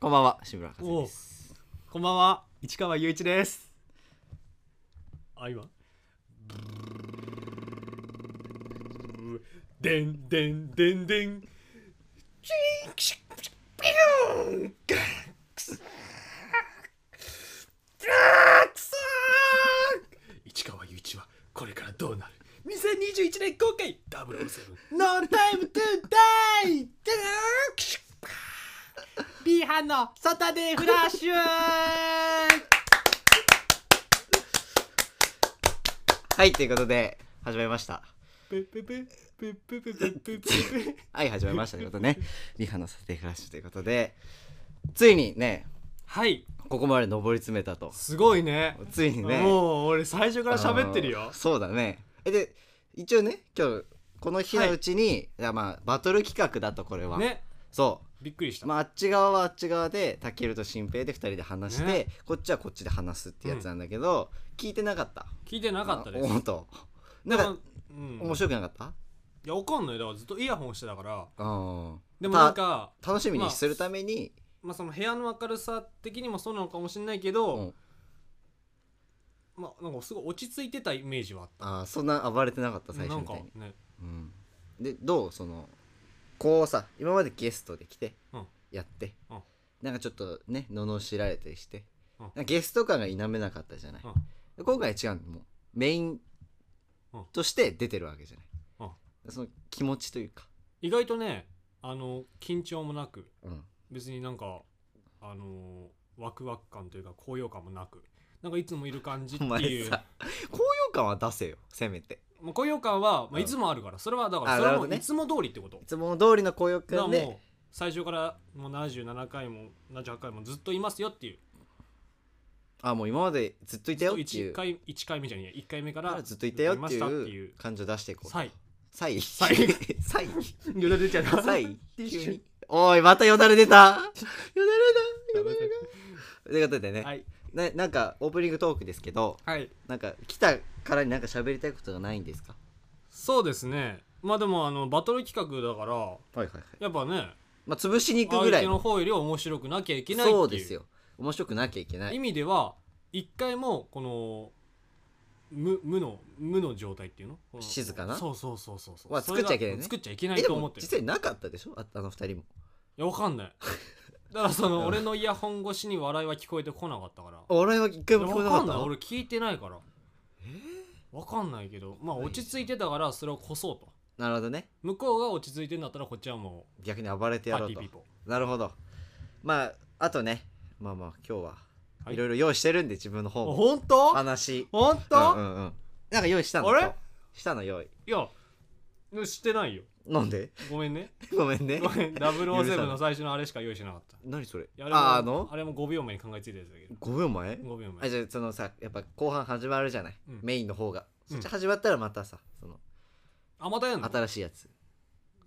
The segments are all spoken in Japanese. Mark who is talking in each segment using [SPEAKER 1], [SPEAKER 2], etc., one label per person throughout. [SPEAKER 1] こんばんは、志村和也です。
[SPEAKER 2] こんばんは、市川雄一です。あ、今。でんでんでんでん。チーンキシュッピューンガックスガックス市川雄一はこれからどうなる2021年公開007 No time to die! クシュッ B 班のサタデーフラッシュ
[SPEAKER 1] はい、ということで、始めました。
[SPEAKER 2] ペペペペペペペペペ
[SPEAKER 1] はい、始めましたということ でね。リハの査定フラッシュということで、ついにね、
[SPEAKER 2] はい
[SPEAKER 1] ここまで上り詰めたと。
[SPEAKER 2] すごいね
[SPEAKER 1] ついにね。
[SPEAKER 2] もう俺最初から喋ってる
[SPEAKER 1] あ
[SPEAKER 2] よ
[SPEAKER 1] のそうだね。え、で、一応ね、今日、この日のうちに、いやまあ、バトル企画だと、これは。
[SPEAKER 2] ね
[SPEAKER 1] そ
[SPEAKER 2] びっくりし
[SPEAKER 1] う。
[SPEAKER 2] た、
[SPEAKER 1] まあ、あっち側はあっち側で、タケルと新平で二人で話して、
[SPEAKER 2] ね
[SPEAKER 1] こっちはこっちで話すってやつなんだけど、聞いてなかった。
[SPEAKER 2] 聞いてなかったで
[SPEAKER 1] あ
[SPEAKER 2] す
[SPEAKER 1] おっと。なんか、
[SPEAKER 2] うん、
[SPEAKER 1] 面
[SPEAKER 2] い
[SPEAKER 1] 白くなかった
[SPEAKER 2] いやわかんないだからずっとイヤホンしてたから
[SPEAKER 1] うん
[SPEAKER 2] でもなんか
[SPEAKER 1] 楽しみにするために、
[SPEAKER 2] まあその部屋の明るさ的にもそうなのかもしれないけど、
[SPEAKER 1] うん
[SPEAKER 2] まあなんかすごい落ち着いてたイメージはあっ
[SPEAKER 1] あーそんな暴れてなかった
[SPEAKER 2] た
[SPEAKER 1] 最
[SPEAKER 2] な
[SPEAKER 1] 初み
[SPEAKER 2] んか
[SPEAKER 1] たいに、
[SPEAKER 2] ね
[SPEAKER 1] うん、でどうそのこうさ今までゲストで来て、
[SPEAKER 2] うん
[SPEAKER 1] やって、
[SPEAKER 2] うん
[SPEAKER 1] なんかちょっとね罵られたりして、
[SPEAKER 2] うん
[SPEAKER 1] なんかゲスト感が否めなかったじゃない、
[SPEAKER 2] うん
[SPEAKER 1] で今回は違うのもうメイン
[SPEAKER 2] うん
[SPEAKER 1] として出てるわけじゃない、その気持ちというか、
[SPEAKER 2] 意外とねあの緊張もなく
[SPEAKER 1] うん、
[SPEAKER 2] 別になんかあのーワクワク感というか高揚感もなくなんかいつもいる感じって
[SPEAKER 1] お前
[SPEAKER 2] いう
[SPEAKER 1] さ高揚感は出せよせめて
[SPEAKER 2] まあ、高揚感は、
[SPEAKER 1] う
[SPEAKER 2] ま
[SPEAKER 1] ん
[SPEAKER 2] あ、いつもあるから、それはだから
[SPEAKER 1] あ
[SPEAKER 2] それは
[SPEAKER 1] なるほど
[SPEAKER 2] もう
[SPEAKER 1] ね
[SPEAKER 2] いつも通りってこと、
[SPEAKER 1] いつも通りの高揚
[SPEAKER 2] だから
[SPEAKER 1] 感で、
[SPEAKER 2] もう最初からもう77回も78回もずっといますよっていう
[SPEAKER 1] あもう今までずっといたよってい
[SPEAKER 2] 1,
[SPEAKER 1] う
[SPEAKER 2] 回1回目じゃねえ1回目から
[SPEAKER 1] ずっといたよ
[SPEAKER 2] ま
[SPEAKER 1] って
[SPEAKER 2] した
[SPEAKER 1] いう感情出していこう
[SPEAKER 2] サイ
[SPEAKER 1] サイ
[SPEAKER 2] サイ
[SPEAKER 1] サイ
[SPEAKER 2] よだれ出ちゃった
[SPEAKER 1] サイ
[SPEAKER 2] ティッシュ
[SPEAKER 1] 急においまたよだれ出たよだれだよだれだということでね、
[SPEAKER 2] はい
[SPEAKER 1] ななんかオープニングトークですけど
[SPEAKER 2] はい
[SPEAKER 1] なんか来たからになんか喋りたいことがないんですか
[SPEAKER 2] そうですねまあでもあのバトル企画だから
[SPEAKER 1] はいはいはい
[SPEAKER 2] やっぱね
[SPEAKER 1] まあ潰しに行くぐ
[SPEAKER 2] 相
[SPEAKER 1] ら
[SPEAKER 2] 手
[SPEAKER 1] い
[SPEAKER 2] の方よりは面白くなきゃいけないっていう
[SPEAKER 1] そうですよ面白くなきゃいけない
[SPEAKER 2] 意味では一回もこの無無の無の状態っていうのこの
[SPEAKER 1] 静かな
[SPEAKER 2] そうそうそうそうそう
[SPEAKER 1] は作っちゃいけないね
[SPEAKER 2] それが作っちゃいけな
[SPEAKER 1] え
[SPEAKER 2] い
[SPEAKER 1] で
[SPEAKER 2] と思っ
[SPEAKER 1] も
[SPEAKER 2] てる
[SPEAKER 1] 実際なかったでしょああの二人も
[SPEAKER 2] いやわか んないだからそ
[SPEAKER 1] うん
[SPEAKER 2] の俺のイヤホン越しに笑いは聞こえてこなかったから
[SPEAKER 1] あ俺は一回も聞こえな
[SPEAKER 2] わ
[SPEAKER 1] か
[SPEAKER 2] か
[SPEAKER 1] っ
[SPEAKER 2] ん
[SPEAKER 1] た
[SPEAKER 2] ない
[SPEAKER 1] の
[SPEAKER 2] 俺聞いてないからわかんないけどまあ
[SPEAKER 1] ない
[SPEAKER 2] 落ち着いてたからそれをこそうと
[SPEAKER 1] なるほどね
[SPEAKER 2] 向こうが落ち着いてんだったらこっちはも
[SPEAKER 1] 逆に暴れ
[SPEAKER 2] う
[SPEAKER 1] てや
[SPEAKER 2] パ
[SPEAKER 1] ろ
[SPEAKER 2] ー
[SPEAKER 1] う
[SPEAKER 2] ティ
[SPEAKER 1] と
[SPEAKER 2] ーピーポー
[SPEAKER 1] なるほどまああとねまあまあ今日は
[SPEAKER 2] はい
[SPEAKER 1] いろいろ用意してるんで自分の方も
[SPEAKER 2] 本当
[SPEAKER 1] 話
[SPEAKER 2] 本
[SPEAKER 1] う
[SPEAKER 2] 当
[SPEAKER 1] んうんうん、なんか用意したの
[SPEAKER 2] あれ
[SPEAKER 1] 今日したの用意
[SPEAKER 2] いやしてないよ
[SPEAKER 1] なんで
[SPEAKER 2] ごめんね
[SPEAKER 1] ごめんね
[SPEAKER 2] ごめ ん007の最初のあれしか用意しなかった
[SPEAKER 1] 何それ
[SPEAKER 2] いや
[SPEAKER 1] ああ
[SPEAKER 2] れも
[SPEAKER 1] の
[SPEAKER 2] あれも5秒前に考えついたやつだけど
[SPEAKER 1] 5秒前
[SPEAKER 2] 5秒
[SPEAKER 1] あ
[SPEAKER 2] 前
[SPEAKER 1] じゃあそのさやっぱ後半始まるじゃない、
[SPEAKER 2] うん
[SPEAKER 1] メインの方がそっち
[SPEAKER 2] うん
[SPEAKER 1] 始まったらまたさその
[SPEAKER 2] あまたやんの
[SPEAKER 1] 新しいやつ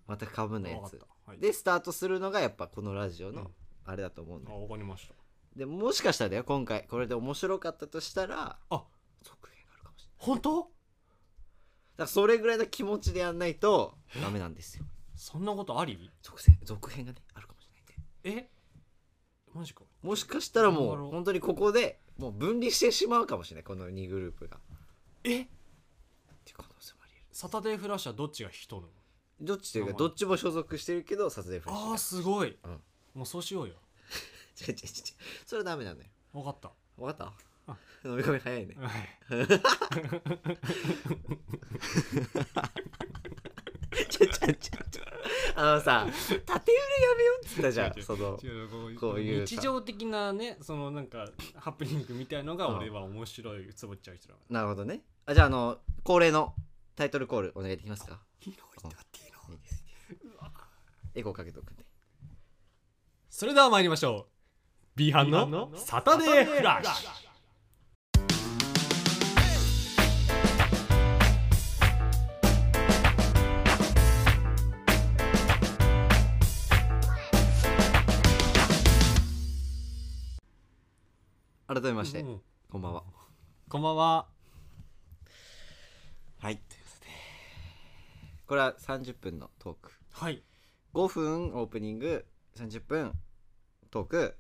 [SPEAKER 1] またかぶんないや
[SPEAKER 2] わかっ
[SPEAKER 1] つ
[SPEAKER 2] たはい
[SPEAKER 1] でスタートするのがやっぱこのラジオ
[SPEAKER 2] う
[SPEAKER 1] の
[SPEAKER 2] ん
[SPEAKER 1] あれだと思うんだ
[SPEAKER 2] あ
[SPEAKER 1] よ、
[SPEAKER 2] わかりました
[SPEAKER 1] でもしかしたらだよ今回これで面白かったとしたら
[SPEAKER 2] あ
[SPEAKER 1] 続編があるかもしれない
[SPEAKER 2] 本当
[SPEAKER 1] だからそれぐらいの気持ちでやんないとダメなんですよ
[SPEAKER 2] そんなことあり
[SPEAKER 1] 続編続編がねあるかもしれないんで
[SPEAKER 2] えマジか
[SPEAKER 1] もしかしたら
[SPEAKER 2] な
[SPEAKER 1] も
[SPEAKER 2] るほ
[SPEAKER 1] う
[SPEAKER 2] ど
[SPEAKER 1] 本当にここでもう分離してしまうかもしれないこの2グループがっ
[SPEAKER 2] え
[SPEAKER 1] ていう可能性もあり得
[SPEAKER 2] サタデーフラッシュはどっちが人なの
[SPEAKER 1] るどっちというか
[SPEAKER 2] まあま
[SPEAKER 1] ど
[SPEAKER 2] あ
[SPEAKER 1] っちも所属してるけど撮影フラッシュ
[SPEAKER 2] ああーすごい、
[SPEAKER 1] うん
[SPEAKER 2] もうそうしようよ
[SPEAKER 1] 違う違う違うそれはダメなのよ
[SPEAKER 2] 分かった
[SPEAKER 1] 分かった飲み込み早いね
[SPEAKER 2] はい
[SPEAKER 1] ちゃちゃちゃちゃあのさ縦揺れやめようって言ったじゃ
[SPEAKER 2] 違うん違う
[SPEAKER 1] その
[SPEAKER 2] 違うこう
[SPEAKER 1] こういうさ
[SPEAKER 2] 日常的なねそのなんかハプニングみたいのが
[SPEAKER 1] うん
[SPEAKER 2] 俺は面白いつぼっちゃう人だから
[SPEAKER 1] なるほどねあじゃああの恒例のタイトルコールお願いできますか
[SPEAKER 2] いいの言ってもらっていいの
[SPEAKER 1] いいですエコーかけとくんで
[SPEAKER 2] それでは参りましょう B 班のサタデーフラッシュ
[SPEAKER 1] 改めまして、
[SPEAKER 2] うん
[SPEAKER 1] こんばんは
[SPEAKER 2] こんばんは
[SPEAKER 1] はいということでこれは30分のトーク
[SPEAKER 2] はい
[SPEAKER 1] 5分オープニング30分トーク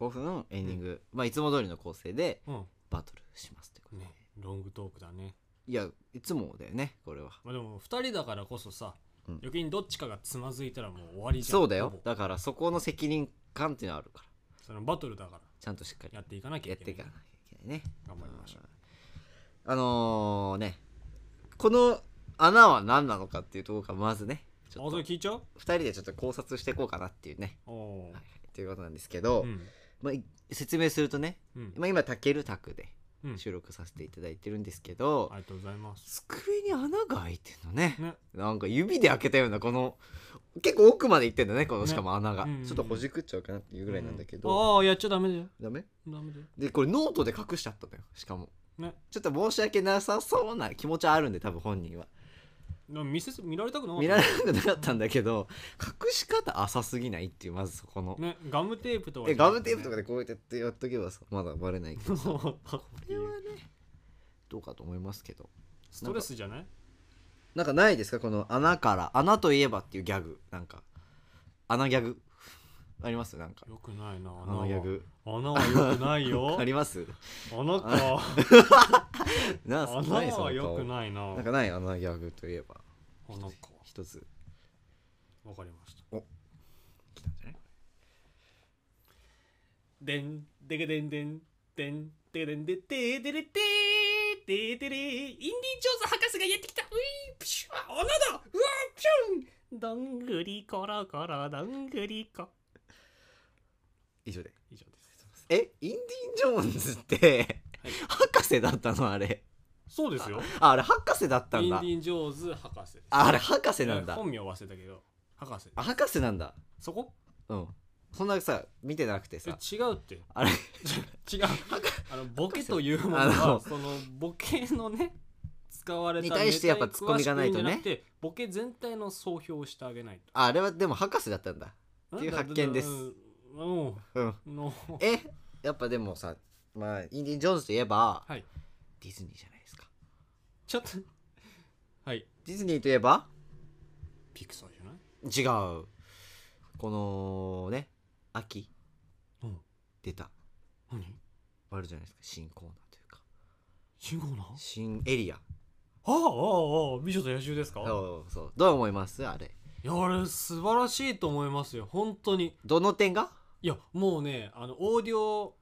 [SPEAKER 1] 5分エンディング、まあいつも通りの構成で
[SPEAKER 2] うん
[SPEAKER 1] バトルしますということで
[SPEAKER 2] ねロングトークだね
[SPEAKER 1] いやいつもだよねこれは
[SPEAKER 2] まあでも2人だからこそさ、
[SPEAKER 1] うん
[SPEAKER 2] 余計にどっちかがつまずいたらもう終わりじゃん
[SPEAKER 1] そうだよ
[SPEAKER 2] ほぼ
[SPEAKER 1] だからそこの責任感っていうのはあるから
[SPEAKER 2] そのバトルだから
[SPEAKER 1] ちゃんとしっかり
[SPEAKER 2] やっていかなきゃ
[SPEAKER 1] やっ
[SPEAKER 2] いけ
[SPEAKER 1] て
[SPEAKER 2] ない
[SPEAKER 1] いかなきゃいけないね
[SPEAKER 2] 頑張りましょう
[SPEAKER 1] あのーねこの穴は何なのかっていうところからまずねちょ
[SPEAKER 2] あ
[SPEAKER 1] っ
[SPEAKER 2] そ
[SPEAKER 1] と
[SPEAKER 2] れ
[SPEAKER 1] 2
[SPEAKER 2] 聞いちゃう
[SPEAKER 1] 人でちょっと考察していこうかなっていうね
[SPEAKER 2] おー
[SPEAKER 1] ということなんですけど、
[SPEAKER 2] うん
[SPEAKER 1] まあ、い説明するとね、
[SPEAKER 2] うん
[SPEAKER 1] まあ、今たけるタクで
[SPEAKER 2] うん
[SPEAKER 1] 収録させていただいてるんですけど、
[SPEAKER 2] ありがとうございます
[SPEAKER 1] 机に穴が開いてんのね
[SPEAKER 2] ね
[SPEAKER 1] なんか指で開けたようなこの結構奥まで行ってんだねこの
[SPEAKER 2] ね
[SPEAKER 1] しかも穴が、
[SPEAKER 2] うんうんうん
[SPEAKER 1] ちょっとほじくっちゃうかなっていうぐらいなんだけ
[SPEAKER 2] う
[SPEAKER 1] ど、
[SPEAKER 2] ああやっちゃダメだよ
[SPEAKER 1] ダメ
[SPEAKER 2] ダメだよ
[SPEAKER 1] でこれノートで隠しちゃったのよしかも
[SPEAKER 2] ね
[SPEAKER 1] ちょっと申し訳なさそうな気持ちはあるんで多分本人は
[SPEAKER 2] でも見せ見られたくなかった
[SPEAKER 1] 見られなくなかったんだけど隠し方浅すぎないっていうまずそこの、
[SPEAKER 2] ねガムテープとか
[SPEAKER 1] えガムテープとか
[SPEAKER 2] で
[SPEAKER 1] でこうやってやっとけばさまだバレないけど
[SPEAKER 2] これは
[SPEAKER 1] どうかと思いますけど
[SPEAKER 2] ストレスじゃない
[SPEAKER 1] なんかないですかこの穴から穴といえばっていうギャグなんか穴ギャグありますなんか
[SPEAKER 2] よくないな穴
[SPEAKER 1] 穴
[SPEAKER 2] は
[SPEAKER 1] ギャグ
[SPEAKER 2] 穴はよくな いよ
[SPEAKER 1] あります
[SPEAKER 2] 穴か
[SPEAKER 1] な
[SPEAKER 2] 穴
[SPEAKER 1] ないその
[SPEAKER 2] は
[SPEAKER 1] 顔
[SPEAKER 2] よくないな
[SPEAKER 1] なんかない穴ギャグといえば
[SPEAKER 2] 穴か
[SPEAKER 1] 一つ
[SPEAKER 2] わかりました
[SPEAKER 1] 来たんじゃない
[SPEAKER 2] でんでけでんでんでんでけでんでてーでれてーでーでれーインディ・ジョーンズ博士がやってきたういプシュワ穴だうわピュンどんぐりころころどんぐりこ
[SPEAKER 1] 以上で
[SPEAKER 2] 以上です
[SPEAKER 1] えインディ・ンジョーンズって、
[SPEAKER 2] はい
[SPEAKER 1] 博士だったのあれ
[SPEAKER 2] そうですよ
[SPEAKER 1] ああれ博士だった
[SPEAKER 2] イ
[SPEAKER 1] ん
[SPEAKER 2] ンデ
[SPEAKER 1] だ
[SPEAKER 2] ィ・ジョーンズ博士です
[SPEAKER 1] ああれ博士なんだ
[SPEAKER 2] 本名忘れたけど博士
[SPEAKER 1] あ博士なんだ
[SPEAKER 2] そこ
[SPEAKER 1] うんそんなさ見てなくて
[SPEAKER 2] え
[SPEAKER 1] さ
[SPEAKER 2] 違うって
[SPEAKER 1] あれ
[SPEAKER 2] 違うあのボケというもの
[SPEAKER 1] あの
[SPEAKER 2] はそのボケのね使われた
[SPEAKER 1] に対してやっぱツッコミがないとね
[SPEAKER 2] ネタに詳しく言うんじゃなくてボケ全体の総評をしてあげないと
[SPEAKER 1] ああれはでも博士だったんだっていう発見です
[SPEAKER 2] うん
[SPEAKER 1] うん
[SPEAKER 2] の
[SPEAKER 1] えやっぱでもさまあインディ・ジョーンズといえば、
[SPEAKER 2] はい
[SPEAKER 1] ディズニーじゃないですか
[SPEAKER 2] ちょっとはい
[SPEAKER 1] ディズニーといえば
[SPEAKER 2] ピクサーじゃない
[SPEAKER 1] 違うこのね秋
[SPEAKER 2] うん
[SPEAKER 1] 出た
[SPEAKER 2] 何
[SPEAKER 1] あるじゃないですか新コーナーというか
[SPEAKER 2] 信号なあ
[SPEAKER 1] 新エリア
[SPEAKER 2] ああああ美女と野獣ですか
[SPEAKER 1] そうそうどう思いますあれ
[SPEAKER 2] いやあれ素晴らしいと思いますよ本当に
[SPEAKER 1] どの点が
[SPEAKER 2] いやもうねあのオーディオ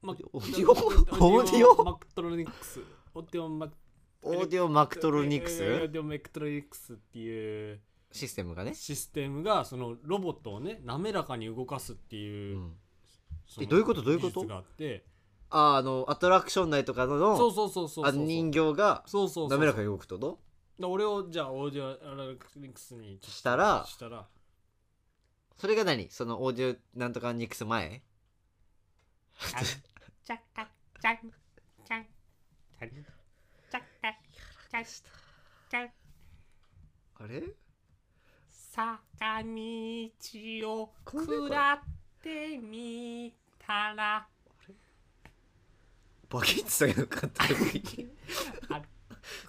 [SPEAKER 2] マ
[SPEAKER 1] オーディオオーディオ
[SPEAKER 2] マクトロニクスオーディオマク
[SPEAKER 1] オーディオマクトロニク
[SPEAKER 2] えーオー
[SPEAKER 1] ス
[SPEAKER 2] ディオマクトロニクスっていう
[SPEAKER 1] システムがね、
[SPEAKER 2] システムがそのロボットをね滑らかに動かすって
[SPEAKER 1] う
[SPEAKER 2] いう、
[SPEAKER 1] ん、
[SPEAKER 2] その
[SPEAKER 1] えどういうことどういうこと
[SPEAKER 2] 技術があって
[SPEAKER 1] ああのアトラクション内とかの
[SPEAKER 2] そうそうそうそう
[SPEAKER 1] あ
[SPEAKER 2] そう
[SPEAKER 1] の人形が
[SPEAKER 2] そうそうそう
[SPEAKER 1] 滑らかに動くとど
[SPEAKER 2] だ俺をじゃあオーディオマクトロニクスに
[SPEAKER 1] したら
[SPEAKER 2] したら
[SPEAKER 1] それが何そのオーディオなんとかニクス前
[SPEAKER 2] あの
[SPEAKER 3] チャッカチャンチャンチャッカチャンチャン
[SPEAKER 1] あれ
[SPEAKER 3] 坂道をくらってみたら
[SPEAKER 1] バケツとかかった時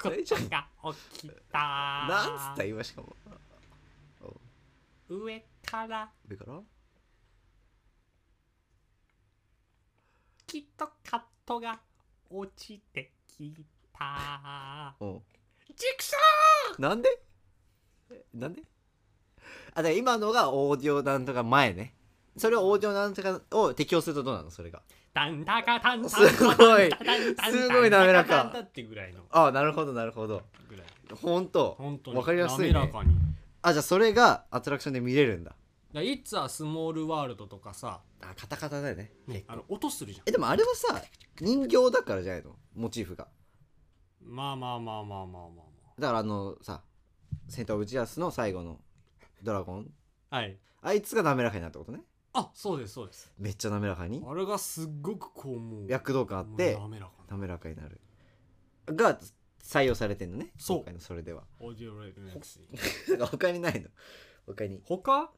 [SPEAKER 3] こ
[SPEAKER 1] 大丈夫
[SPEAKER 3] が起きた
[SPEAKER 1] なんつった今しかも
[SPEAKER 3] 上から
[SPEAKER 1] 上から
[SPEAKER 3] キットカットが落ちてきた
[SPEAKER 1] うん
[SPEAKER 3] ジクソ
[SPEAKER 1] なんでえなんであだから今のがオーディオなんとか前ねそれをオーディオなんとかを適用するとどうなのそれが
[SPEAKER 3] ーダンダカタンタン
[SPEAKER 1] すごい
[SPEAKER 3] タンタンタンタン
[SPEAKER 1] すごい滑らか
[SPEAKER 3] ダンダカタンタンってぐらいの
[SPEAKER 1] ああなるほどなるほど
[SPEAKER 2] ぐらい
[SPEAKER 1] ほんと
[SPEAKER 2] 本当に
[SPEAKER 1] わかりやすい、
[SPEAKER 2] 滑ら
[SPEAKER 1] ね、
[SPEAKER 2] かに
[SPEAKER 1] あじゃあそれがアトラクションで見れるんだ
[SPEAKER 2] だ It's a Small World とかさ
[SPEAKER 1] あカタカタだよね
[SPEAKER 2] あの音するじゃん
[SPEAKER 1] えでもあれはさ人形だからじゃないのモチーフが
[SPEAKER 2] まあまあまあまあまあまあま
[SPEAKER 1] だからあのさセンターオブジアスの最後のドラゴン
[SPEAKER 2] あはい
[SPEAKER 1] あいつが滑らかになったことね
[SPEAKER 2] あそうですそうです
[SPEAKER 1] めっちゃ滑らかに
[SPEAKER 2] あれがすっごくこうもう
[SPEAKER 1] 躍動感あって
[SPEAKER 2] もう滑らかな
[SPEAKER 1] 滑らかになるが採用されてんのね
[SPEAKER 2] そう
[SPEAKER 1] 今回のそれでは
[SPEAKER 2] オーディオレイクネクシー
[SPEAKER 1] 他にないの他に
[SPEAKER 2] 他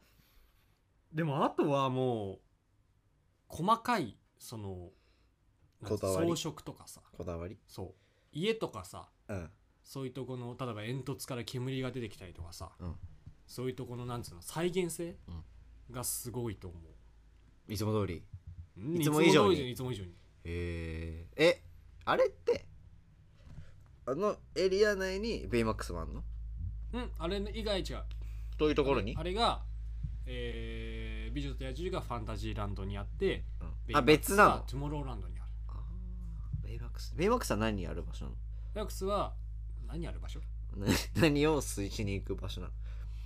[SPEAKER 2] でもあとはもう細かいそのなんか
[SPEAKER 1] こだわり
[SPEAKER 2] 装飾とかさ
[SPEAKER 1] こだわり
[SPEAKER 2] そう家とかさ
[SPEAKER 1] うん
[SPEAKER 2] そういうとこの例えば煙突から煙が出てきたりとかさ、
[SPEAKER 1] うん
[SPEAKER 2] そういうとこのなんつうの再現性
[SPEAKER 1] うん
[SPEAKER 2] がすごいと思う
[SPEAKER 1] いつも通り
[SPEAKER 2] うん
[SPEAKER 1] いつも以上に
[SPEAKER 2] いつも通りにいつも以上に
[SPEAKER 1] えー、えあれってあのエリア内にベイマックスもあんの
[SPEAKER 2] うんあれ以外違う
[SPEAKER 1] というところに
[SPEAKER 2] あれが、えー、美女と野獣がファンタジーランドにあって
[SPEAKER 1] うんあ別なの
[SPEAKER 2] トゥモローランドにある
[SPEAKER 1] あーベイマックスベイマックスは何やる場所なの
[SPEAKER 2] ベイマックスは何ある場所
[SPEAKER 1] な何を推しに行く場所なの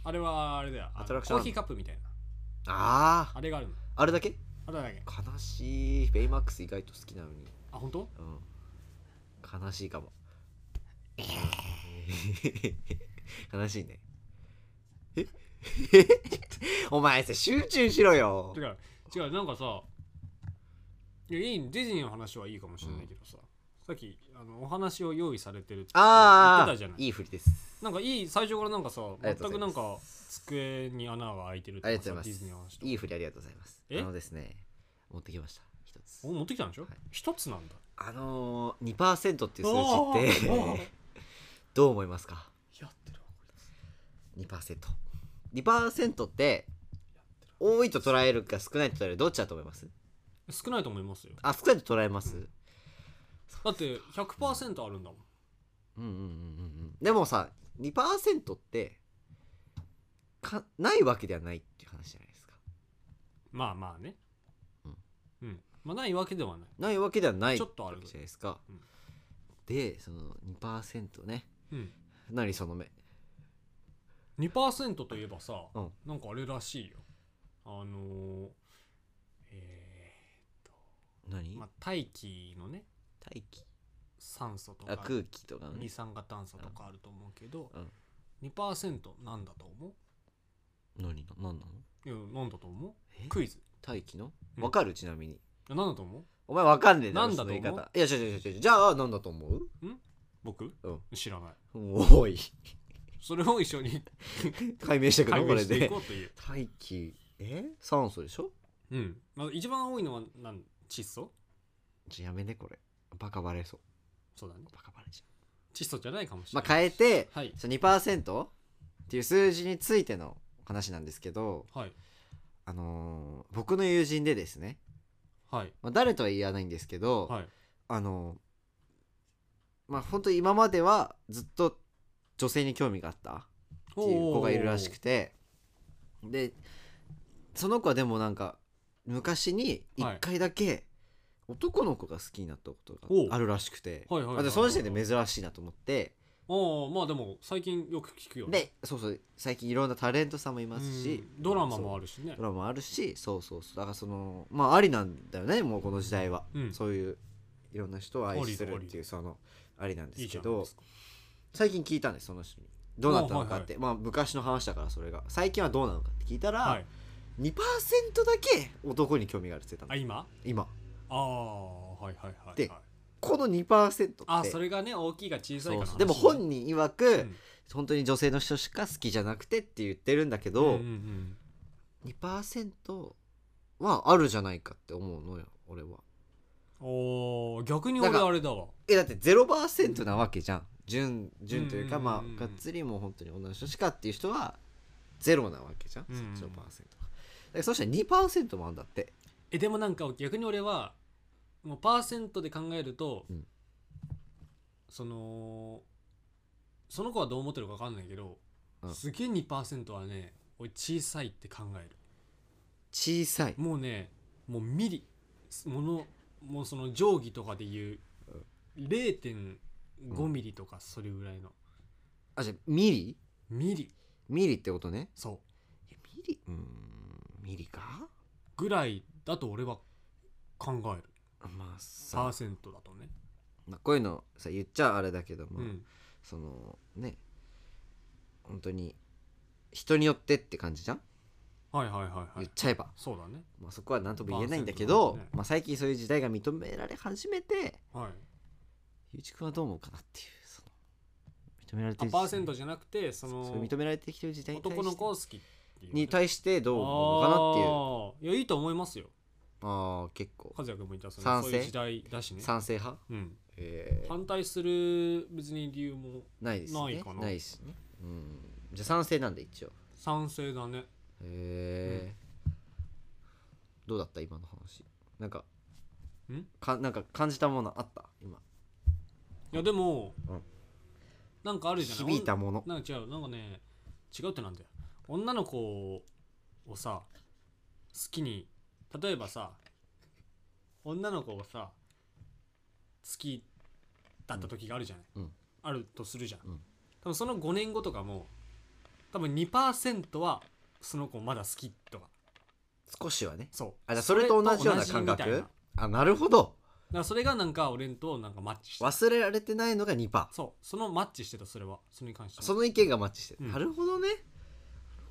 [SPEAKER 2] あれはあれだよあの
[SPEAKER 1] アトラクション
[SPEAKER 2] コーヒーカップみたいな
[SPEAKER 1] ああ
[SPEAKER 2] あれがあるの
[SPEAKER 1] あれだけ
[SPEAKER 2] あれだけ
[SPEAKER 1] 悲しいベイマックス意外と好きなのに、
[SPEAKER 2] あ本当
[SPEAKER 1] うん、悲しいかも 悲しいねえ お前さ集中しろよ
[SPEAKER 2] 違う違うなんかさいやいいディズニーの話はいいかもしれないけどさ、さっきあのお話を用意されてるって言って
[SPEAKER 1] あ
[SPEAKER 2] たじゃ
[SPEAKER 1] あ
[SPEAKER 2] ない
[SPEAKER 1] いい振りです
[SPEAKER 2] なんかいい最初からなんかさ
[SPEAKER 1] あり
[SPEAKER 2] 全
[SPEAKER 1] がとうござ
[SPEAKER 2] くないん
[SPEAKER 1] ま
[SPEAKER 2] か机に穴が開いてると
[SPEAKER 1] あ
[SPEAKER 2] か
[SPEAKER 1] り
[SPEAKER 2] さ
[SPEAKER 1] がとうございます
[SPEAKER 2] ディズニーの話とか
[SPEAKER 1] いい振りありがとうございます
[SPEAKER 2] え
[SPEAKER 1] あのですね持ってきました一つ
[SPEAKER 2] お持ってきたんでしょ
[SPEAKER 1] はい
[SPEAKER 2] 一、つなんだ
[SPEAKER 1] あのー、2%っていう数字
[SPEAKER 2] おーお
[SPEAKER 1] っ
[SPEAKER 2] ー
[SPEAKER 1] てどう思いますか
[SPEAKER 2] やってるわこいつ
[SPEAKER 1] 2%2% って
[SPEAKER 2] やってるわ
[SPEAKER 1] 多いと捉えるか少ないと捉えるどっちだと思います
[SPEAKER 2] 少ないと思いますよ
[SPEAKER 1] あ少ないと捉えます、
[SPEAKER 2] だって100%あるんだもん
[SPEAKER 1] うんうんうんうんうんでもさ2%ってかないわけではないっていう話じゃないですか
[SPEAKER 2] まあまあね
[SPEAKER 1] うん、
[SPEAKER 2] うん、まあないわけではない
[SPEAKER 1] ないわけではない
[SPEAKER 2] ちょっとある
[SPEAKER 1] わけじゃないですか、
[SPEAKER 2] うん
[SPEAKER 1] でその2%ね
[SPEAKER 2] うん
[SPEAKER 1] 何その目
[SPEAKER 2] 2%といえばさ、
[SPEAKER 1] うん
[SPEAKER 2] なんかあれらしいよあのーえ
[SPEAKER 1] 何、
[SPEAKER 2] ーまあ、大気のね
[SPEAKER 1] 大気
[SPEAKER 2] 酸素と
[SPEAKER 1] あ
[SPEAKER 2] か
[SPEAKER 1] 空気とかのね
[SPEAKER 2] 二酸化炭素とかあると思うけど、
[SPEAKER 1] うん
[SPEAKER 2] 2%なんだと思
[SPEAKER 1] 何の何なの
[SPEAKER 2] ういやなんだと思
[SPEAKER 1] え
[SPEAKER 2] うクイズい
[SPEAKER 1] 大気の
[SPEAKER 2] うん
[SPEAKER 1] わかるちなみに
[SPEAKER 2] やなんだと思う
[SPEAKER 1] お前わかんねえだろ
[SPEAKER 2] なんだと思う
[SPEAKER 1] その言い方いや違う違う違う違うじゃあ何だと思う
[SPEAKER 2] 僕、
[SPEAKER 1] うん
[SPEAKER 2] 知らない
[SPEAKER 1] おい
[SPEAKER 2] それを一 緒に
[SPEAKER 1] 解明してく
[SPEAKER 2] 解
[SPEAKER 1] のこ
[SPEAKER 2] 明
[SPEAKER 1] れ
[SPEAKER 2] してい
[SPEAKER 1] で
[SPEAKER 2] こうという、
[SPEAKER 1] 大気え酸素でしょ
[SPEAKER 2] うんまあ、一番多いのはなん窒素
[SPEAKER 1] じゃあやめねこれバカバレそう
[SPEAKER 2] そうだね
[SPEAKER 1] バカバレじゃん
[SPEAKER 2] 窒素じゃないかもしれ
[SPEAKER 1] まあ
[SPEAKER 2] ない、
[SPEAKER 1] 変えて
[SPEAKER 2] はい
[SPEAKER 1] その2%っていう数字についての話なんですけど、
[SPEAKER 2] はい
[SPEAKER 1] あのー僕の友人でですね、
[SPEAKER 2] はい
[SPEAKER 1] まあ、誰とは言わないんですけど、
[SPEAKER 2] はい
[SPEAKER 1] あのーまあ本当に今まではずっと女性に興味があったっていう子がいるらしくてでその子はでもなんか昔に1回だけ男の子が好きになったこと
[SPEAKER 2] おう
[SPEAKER 1] があるらしくて、
[SPEAKER 2] はいはいはいはい
[SPEAKER 1] あでその時点で珍しいなと思って。
[SPEAKER 2] おーまあでも最近よく聞くよね
[SPEAKER 1] でそうそう最近いろんなタレントさんもいますし
[SPEAKER 2] うんドラマもあ
[SPEAKER 1] る
[SPEAKER 2] るしね
[SPEAKER 1] ドラマもあるしそうそうそうだからそのまあありなんだよねもうこの時代は、
[SPEAKER 2] うん
[SPEAKER 1] そういういろんな人を愛するっ
[SPEAKER 2] ありだあ
[SPEAKER 1] てい
[SPEAKER 2] り
[SPEAKER 1] うそのありなんで
[SPEAKER 2] いい
[SPEAKER 1] すけ
[SPEAKER 2] じゃない
[SPEAKER 1] ど
[SPEAKER 2] ですか
[SPEAKER 1] 最近聞いたんですその人にどうなったのかって、まあ昔の話だからそれが最近はどうなのかって聞いたら、
[SPEAKER 2] はい
[SPEAKER 1] 2%だけ男に興味があるって言ってたの
[SPEAKER 2] あ今
[SPEAKER 1] 今
[SPEAKER 2] ああはいはいはいはい
[SPEAKER 1] でこの2%って
[SPEAKER 2] あそれがね大きいが小
[SPEAKER 1] そ
[SPEAKER 2] さいか
[SPEAKER 1] う
[SPEAKER 2] の話
[SPEAKER 1] そう
[SPEAKER 2] ね
[SPEAKER 1] でも本人曰く、
[SPEAKER 2] ん
[SPEAKER 1] 本当に女性の人しか好きじゃなくてって言ってるんだけど、
[SPEAKER 2] うんうん
[SPEAKER 1] 2%はあるじゃないかって思うのよ俺は
[SPEAKER 2] うんおー逆に俺
[SPEAKER 1] だから
[SPEAKER 2] あれだわ
[SPEAKER 1] えだって0%なわけじゃん純純というか
[SPEAKER 2] うんうんうん
[SPEAKER 1] まあがっつりもう本当に女の人しかっていう人はゼロなわけじゃん
[SPEAKER 2] うんうん
[SPEAKER 1] そっちのパーセントがだからそしたら2%もあるんだって
[SPEAKER 2] えでもなんか逆に俺はもうパーセントで考えると、
[SPEAKER 1] うん
[SPEAKER 2] そのその子はどう思ってるか分かんないけど、
[SPEAKER 1] うん
[SPEAKER 2] すげえ2%はね俺小さいって考える
[SPEAKER 1] 小さい
[SPEAKER 2] もうねもうミリものもうその定規とかでいう0.5ミリとかそれぐらいの、
[SPEAKER 1] あじゃあミリ
[SPEAKER 2] ミリ
[SPEAKER 1] ミリってことね
[SPEAKER 2] そう
[SPEAKER 1] いやミリうーんミリか
[SPEAKER 2] ぐらいだと俺は考える
[SPEAKER 1] まあ
[SPEAKER 2] パー
[SPEAKER 1] さ、
[SPEAKER 2] セントだとね、
[SPEAKER 1] まあ、こういうのさ言っちゃあれだけども、
[SPEAKER 2] うん
[SPEAKER 1] そのね本当に人によってって感じじゃん
[SPEAKER 2] はいはいはいは
[SPEAKER 1] 言っ
[SPEAKER 2] い
[SPEAKER 1] ちゃえば
[SPEAKER 2] そうだね
[SPEAKER 1] まあ、そこは何とも言えないんだけ
[SPEAKER 2] パーセントな
[SPEAKER 1] ど、
[SPEAKER 2] んですね
[SPEAKER 1] まあ、最近そういう時代が認められ始めて
[SPEAKER 2] はい
[SPEAKER 1] ゆうちくんはどう思うかなっていうその認められて
[SPEAKER 2] あ
[SPEAKER 1] る時
[SPEAKER 2] パ
[SPEAKER 1] 代
[SPEAKER 2] ーセントじゃなくてその
[SPEAKER 1] そう認められてきてる時代に対して
[SPEAKER 2] 男の子を好きっていう
[SPEAKER 1] に
[SPEAKER 2] して
[SPEAKER 1] 対してどう思うのかなっていう
[SPEAKER 2] っていういやいいと思いますよ
[SPEAKER 1] ああ結構
[SPEAKER 2] 和也君も言ったその
[SPEAKER 1] 賛成
[SPEAKER 2] そういう時代だしね、
[SPEAKER 1] 賛成派
[SPEAKER 2] うん、
[SPEAKER 1] えー
[SPEAKER 2] 反対する別に理由も
[SPEAKER 1] ないですね
[SPEAKER 2] ないかな
[SPEAKER 1] ですねうんじゃあ賛成なんで一応
[SPEAKER 2] 賛成だね
[SPEAKER 1] へえ、どうだった今の話なんか
[SPEAKER 2] ん
[SPEAKER 1] かなんか感じたものあった今
[SPEAKER 2] いやでも、
[SPEAKER 1] うん
[SPEAKER 2] なんかあるじゃない
[SPEAKER 1] 響いたもの
[SPEAKER 2] なんか違うなんかね違うってなんだよ女の子をさ好きに例えばさ女の子をさ好きだった時があるじゃない、
[SPEAKER 1] うんうん
[SPEAKER 2] あるとするじゃん、
[SPEAKER 1] うん
[SPEAKER 2] 多分その5年後とかも多分2%はその子まだ好きとか
[SPEAKER 1] 少しはね
[SPEAKER 2] そう
[SPEAKER 1] あじゃあそれと同じような
[SPEAKER 2] それ
[SPEAKER 1] 感
[SPEAKER 2] と同じみた
[SPEAKER 1] 覚
[SPEAKER 2] いなだか
[SPEAKER 1] あなるほど
[SPEAKER 2] らそれがなんか俺となんかマッチして
[SPEAKER 1] 忘れられてないのが2%
[SPEAKER 2] そうそのマッチしてたそれはそれに関しては
[SPEAKER 1] その意見がマッチしてる、
[SPEAKER 2] うん
[SPEAKER 1] なるほどねなる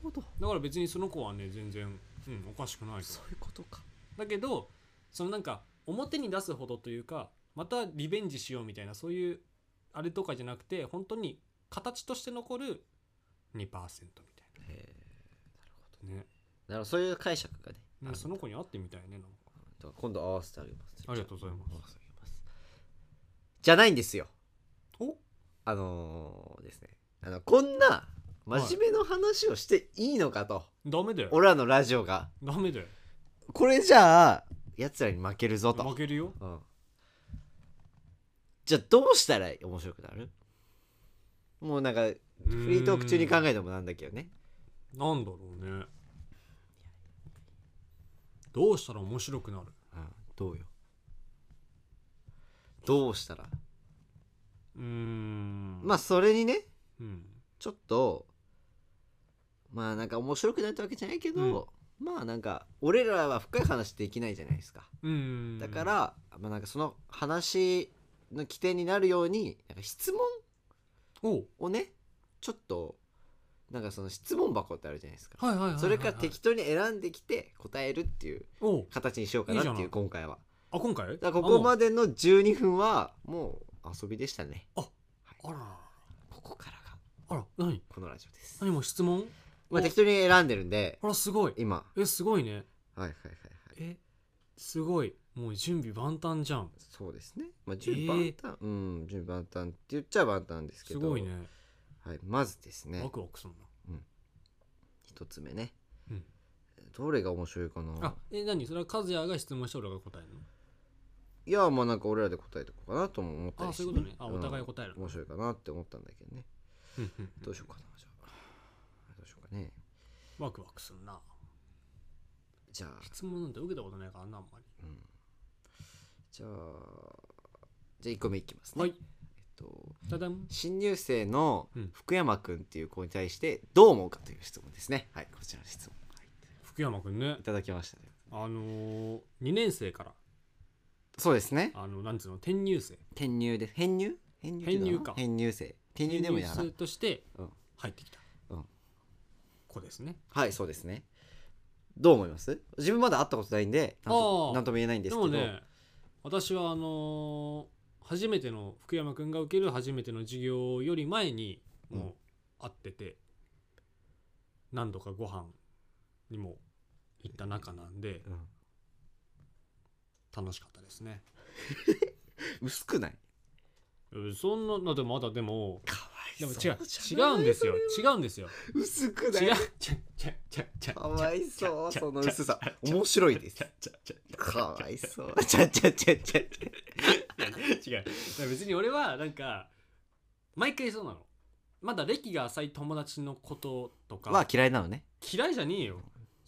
[SPEAKER 1] ほど
[SPEAKER 2] だから別にその子はね全然、うん、おかしくないと
[SPEAKER 1] そういうことか
[SPEAKER 2] だけどそのなんか表に出すほどというかまたリベンジしようみたいなそういうあれとかじゃなくて本当に形として残る2%みたい
[SPEAKER 1] へえ
[SPEAKER 2] なね
[SPEAKER 1] なるほどそういう解釈がね、
[SPEAKER 2] う
[SPEAKER 1] あ
[SPEAKER 2] ん
[SPEAKER 1] る
[SPEAKER 2] その子に会ってみたいねなんか
[SPEAKER 1] だから今度合わせてあげます
[SPEAKER 2] ありがとうございます
[SPEAKER 1] 合わせてあげますじゃないんですよ
[SPEAKER 2] お
[SPEAKER 1] あのーですねあのこんな真面目な話をしていいのかと、
[SPEAKER 2] ダメだよ
[SPEAKER 1] 俺らのラジオが
[SPEAKER 2] ダメだよ
[SPEAKER 1] これじゃあやつらに負けるぞと、
[SPEAKER 2] 負けるよ
[SPEAKER 1] うんじゃあどうしたら面白くなるもうなんかフ
[SPEAKER 2] フ
[SPEAKER 1] リートーク中に考えてもなんだけどね
[SPEAKER 2] なんだろうねどうしたら面白くなる
[SPEAKER 1] うんどうよどうしたら
[SPEAKER 2] うーん
[SPEAKER 1] まあそれにね
[SPEAKER 2] うん
[SPEAKER 1] ちょっとまあなんか面白くなったわけじゃないけど、まあなんか俺らは深い話できないじゃないですか
[SPEAKER 2] うん
[SPEAKER 1] だから、まあなんかその話の起点になるようになんか質問
[SPEAKER 2] おう
[SPEAKER 1] をねちょっとなんかその質問箱ってあるじゃないですか、
[SPEAKER 2] はいはいはいはいはい
[SPEAKER 1] それから適当に選んできて答えるっていう
[SPEAKER 2] おう
[SPEAKER 1] 形にしようかなって
[SPEAKER 2] いいじ
[SPEAKER 1] いう
[SPEAKER 2] ゃない
[SPEAKER 1] 今回は
[SPEAKER 2] あ今回
[SPEAKER 1] だからここ
[SPEAKER 2] で
[SPEAKER 1] までの12分はもう遊びでしたね
[SPEAKER 2] あら
[SPEAKER 1] ここからが
[SPEAKER 2] あら何
[SPEAKER 1] このラジオです、
[SPEAKER 2] 何も質問
[SPEAKER 1] まあ、適当に選んでるんで
[SPEAKER 2] あらすごい
[SPEAKER 1] 今
[SPEAKER 2] えすごいね
[SPEAKER 1] はいはいはいはい
[SPEAKER 2] えすごいもう準備万端じゃん
[SPEAKER 1] そうですねまあ順番端、うん順番端って言っちゃ万端ですけ
[SPEAKER 2] す
[SPEAKER 1] ど
[SPEAKER 2] ごいね
[SPEAKER 1] はい、まずですね
[SPEAKER 2] ワクワクするな
[SPEAKER 1] 一つ目ね、
[SPEAKER 2] うん
[SPEAKER 1] どれが面白いかな
[SPEAKER 2] あえ何それは和也が質問して俺が答える
[SPEAKER 1] いやまあなんか俺らで答えてこうかなとも思った
[SPEAKER 2] のあ
[SPEAKER 1] り
[SPEAKER 2] そ
[SPEAKER 1] して
[SPEAKER 2] うい
[SPEAKER 1] ね、
[SPEAKER 2] うことねあお互い
[SPEAKER 1] うん
[SPEAKER 2] 答えるの
[SPEAKER 1] 面白いかなって思ったんだけどね
[SPEAKER 2] うんうん
[SPEAKER 1] どうしようかなじゃあどうしようかね
[SPEAKER 2] ワクワクするな
[SPEAKER 1] じゃあ、
[SPEAKER 2] 質問なんて受けたことないからなあんまり
[SPEAKER 1] うん、じゃあじゃあ1個目いきますね、
[SPEAKER 2] はい
[SPEAKER 1] えっと
[SPEAKER 2] ただん
[SPEAKER 1] 新入生の
[SPEAKER 2] うん
[SPEAKER 1] 福山君っていう子に対してどう思うかという質問ですねはいこちらの質問
[SPEAKER 2] 福山くんね
[SPEAKER 1] いただきましたね
[SPEAKER 2] あのー、2年生から
[SPEAKER 1] そうですね
[SPEAKER 2] あのなんつうの転入生
[SPEAKER 1] 転入です編入編入ってど
[SPEAKER 2] 編
[SPEAKER 1] うな
[SPEAKER 2] 入
[SPEAKER 1] の
[SPEAKER 2] か
[SPEAKER 1] 編入生転入でもいいな
[SPEAKER 2] 転入生として
[SPEAKER 1] うん
[SPEAKER 2] 入ってきた
[SPEAKER 1] うん
[SPEAKER 2] 子ですね
[SPEAKER 1] はいそうですねどう思います自分まだ会ったことないんでなん
[SPEAKER 2] あ
[SPEAKER 1] と
[SPEAKER 2] ー
[SPEAKER 1] なんとも言えないんです
[SPEAKER 2] で
[SPEAKER 1] けど
[SPEAKER 2] もね私はあのー初めての福山君が受ける初めての授業より前にもう会ってて、何度かご飯にも行った仲なんで
[SPEAKER 1] うん
[SPEAKER 2] 楽しかったですね
[SPEAKER 1] 薄くない
[SPEAKER 2] うんそんなだってまだでも
[SPEAKER 1] かわ
[SPEAKER 2] でも違う違
[SPEAKER 1] じゃないう
[SPEAKER 2] うんですよ
[SPEAKER 1] それ
[SPEAKER 2] 違うんで すよ
[SPEAKER 1] 薄く
[SPEAKER 2] 違う違う違
[SPEAKER 1] な
[SPEAKER 2] う
[SPEAKER 1] い
[SPEAKER 2] 違う
[SPEAKER 1] かわいそう
[SPEAKER 2] ちゃちゃ
[SPEAKER 1] その薄さ面白いです
[SPEAKER 2] ちゃちゃ
[SPEAKER 1] かわいそうちゃちゃちゃちゃ
[SPEAKER 2] 違うだから別に俺はなんか毎回そうなのまだ歴が浅い友達のこととか
[SPEAKER 1] は嫌いなのね
[SPEAKER 2] 嫌いじゃねえよ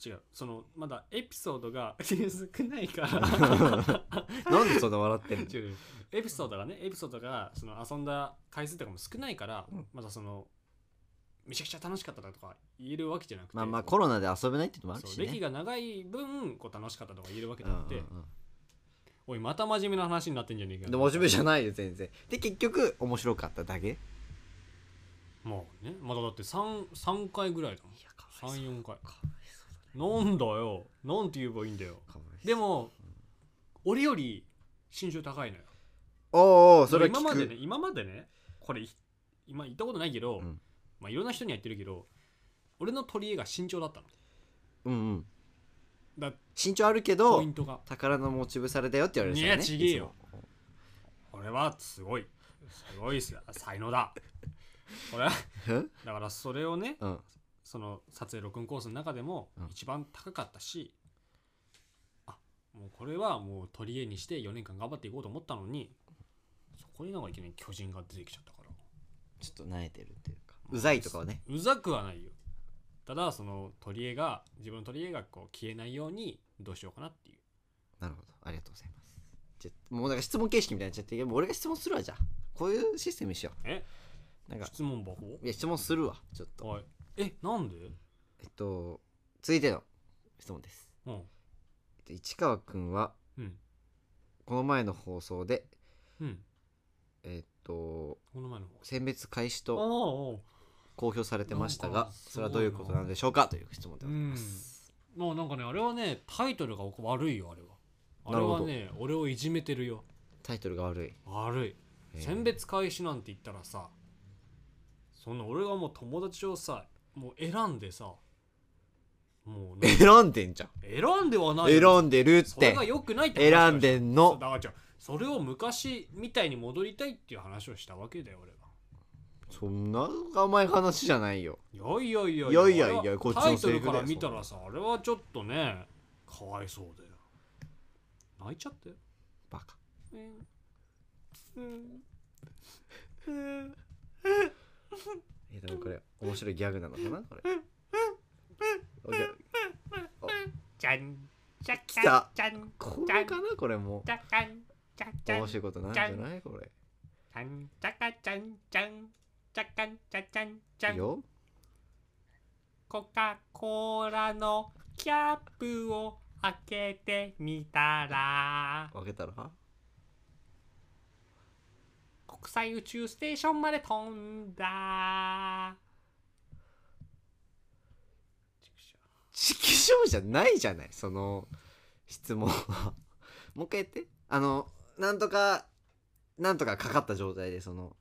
[SPEAKER 2] 違うそのまだエピソードが 少ないから
[SPEAKER 1] なんでそんな笑ってんの
[SPEAKER 2] 違うエピソードがねエピソードがその遊んだ回数とかも少ないから、
[SPEAKER 1] うん
[SPEAKER 2] まだそのめちゃくちゃ楽しかったとか言えるわけじゃなくて
[SPEAKER 1] まあまあコロナで遊べないっていうのもある
[SPEAKER 2] そう
[SPEAKER 1] し
[SPEAKER 2] 歴
[SPEAKER 1] ね
[SPEAKER 2] が長い分こう楽しかったとか言えるわけ
[SPEAKER 1] うん
[SPEAKER 2] なくて、
[SPEAKER 1] うん
[SPEAKER 2] おいまた真面目な話になってんじゃねえか
[SPEAKER 1] う
[SPEAKER 2] よ
[SPEAKER 1] んでも真面目じゃないよ全然で結局面白かっただけ
[SPEAKER 2] もうねまだだって 3, 三回ぐらいだもん
[SPEAKER 1] やか
[SPEAKER 2] 34回
[SPEAKER 1] かわいそうだね
[SPEAKER 2] なんだよなんて言えばいいんだよ
[SPEAKER 1] かわいそう
[SPEAKER 2] でも俺より身長高いのよ
[SPEAKER 1] おうおうそれは
[SPEAKER 2] 今
[SPEAKER 1] 聞
[SPEAKER 2] ま
[SPEAKER 1] く
[SPEAKER 2] でね今までねこれい今言ったことないけど、
[SPEAKER 1] うん
[SPEAKER 2] まあいろんな人には言ってるけど俺の取り柄が身長だったの
[SPEAKER 1] うんうん
[SPEAKER 2] だ
[SPEAKER 1] 身長あるけ
[SPEAKER 2] ポ
[SPEAKER 1] ど
[SPEAKER 2] イントが
[SPEAKER 1] 宝の持ち腐れだよって言われるんですよね
[SPEAKER 2] いや違えよ俺はすごいすごいっすよ才能だ俺は
[SPEAKER 1] つも
[SPEAKER 2] だからそれをね
[SPEAKER 1] うんうん
[SPEAKER 2] その撮影録音コースの中でも
[SPEAKER 1] うん
[SPEAKER 2] 一番高かったし、あもうこれはもう取り柄にして4年間頑張っていこうと思ったのにそこになんかいきなり巨人が出てきちゃったから
[SPEAKER 1] ちょっと慣れてるっていうかうざいとかはね
[SPEAKER 2] うざくはないよただその取り柄が自分の取り柄がこう消えないようにどうしようかなっていう
[SPEAKER 1] なるほどありがとうございますじゃもうなんか質問形式みたいになっちゃってもう俺が質問するわじゃあこういうシステムにしよ
[SPEAKER 2] え
[SPEAKER 1] うなんか
[SPEAKER 2] 質問箱
[SPEAKER 1] いや質問するわちょっと
[SPEAKER 2] はいえなんで
[SPEAKER 1] えっと続いての質問です
[SPEAKER 2] うん
[SPEAKER 1] えっと市川くんは
[SPEAKER 2] うん
[SPEAKER 1] この前の放送で
[SPEAKER 2] うん
[SPEAKER 1] えっと
[SPEAKER 2] この前の方
[SPEAKER 1] 選別開始
[SPEAKER 2] あ
[SPEAKER 1] と
[SPEAKER 2] あ
[SPEAKER 1] 公表されてました
[SPEAKER 2] なん
[SPEAKER 1] が
[SPEAKER 2] かす
[SPEAKER 1] そ
[SPEAKER 2] ごい
[SPEAKER 1] れは
[SPEAKER 2] な
[SPEAKER 1] どういうことなんでしょうかという質問でございます、
[SPEAKER 2] まあなんかねあれはねタイトルが悪いよあれはあ
[SPEAKER 1] な
[SPEAKER 2] れ
[SPEAKER 1] るほ
[SPEAKER 2] は
[SPEAKER 1] ど
[SPEAKER 2] ね俺をいじめてるよ
[SPEAKER 1] タイトルが悪い
[SPEAKER 2] 悪い
[SPEAKER 1] えー
[SPEAKER 2] 選別開始なんて言ったらさそんな俺がもう友達をさもう選んでさもう ね
[SPEAKER 1] 選んでんじゃん
[SPEAKER 2] 選んではないん
[SPEAKER 1] 選んでるっ
[SPEAKER 2] それ
[SPEAKER 1] て
[SPEAKER 2] が良くないって話をした
[SPEAKER 1] 選んでん
[SPEAKER 2] そう
[SPEAKER 1] の
[SPEAKER 2] だからじゃあそれを昔みたいに戻りたいっていう話をしたわけだよ俺は
[SPEAKER 1] そんな甘い話じゃないよ
[SPEAKER 2] いやいやいや
[SPEAKER 1] いやいやいや
[SPEAKER 2] あれは
[SPEAKER 1] こっちの
[SPEAKER 2] タイト
[SPEAKER 1] セ
[SPEAKER 2] ル
[SPEAKER 1] リフ
[SPEAKER 2] か
[SPEAKER 1] だよ
[SPEAKER 2] ら見たらさあれはちょっとねかわいそうだよ泣いちゃったよ
[SPEAKER 1] バカえでもこれ面白いギャグなのかなこれおギャ
[SPEAKER 3] じゃんじゃ
[SPEAKER 1] 来た
[SPEAKER 3] じゃん
[SPEAKER 1] これかなこれも
[SPEAKER 3] じゃかんじゃじゃん
[SPEAKER 1] 面白いことなんじゃないこれ
[SPEAKER 3] じゃんじゃかじゃんじゃんじゃかんじゃじゃんじゃ
[SPEAKER 1] いい
[SPEAKER 3] ん
[SPEAKER 1] よ
[SPEAKER 3] コカ・コーラのキャップを開けてみたら
[SPEAKER 1] 開けたら
[SPEAKER 3] 国際宇宙ステーションまで飛んだ
[SPEAKER 1] 色彰じゃないじゃないその質問は もう一回やってあのなんとかなんとかかかった状態でその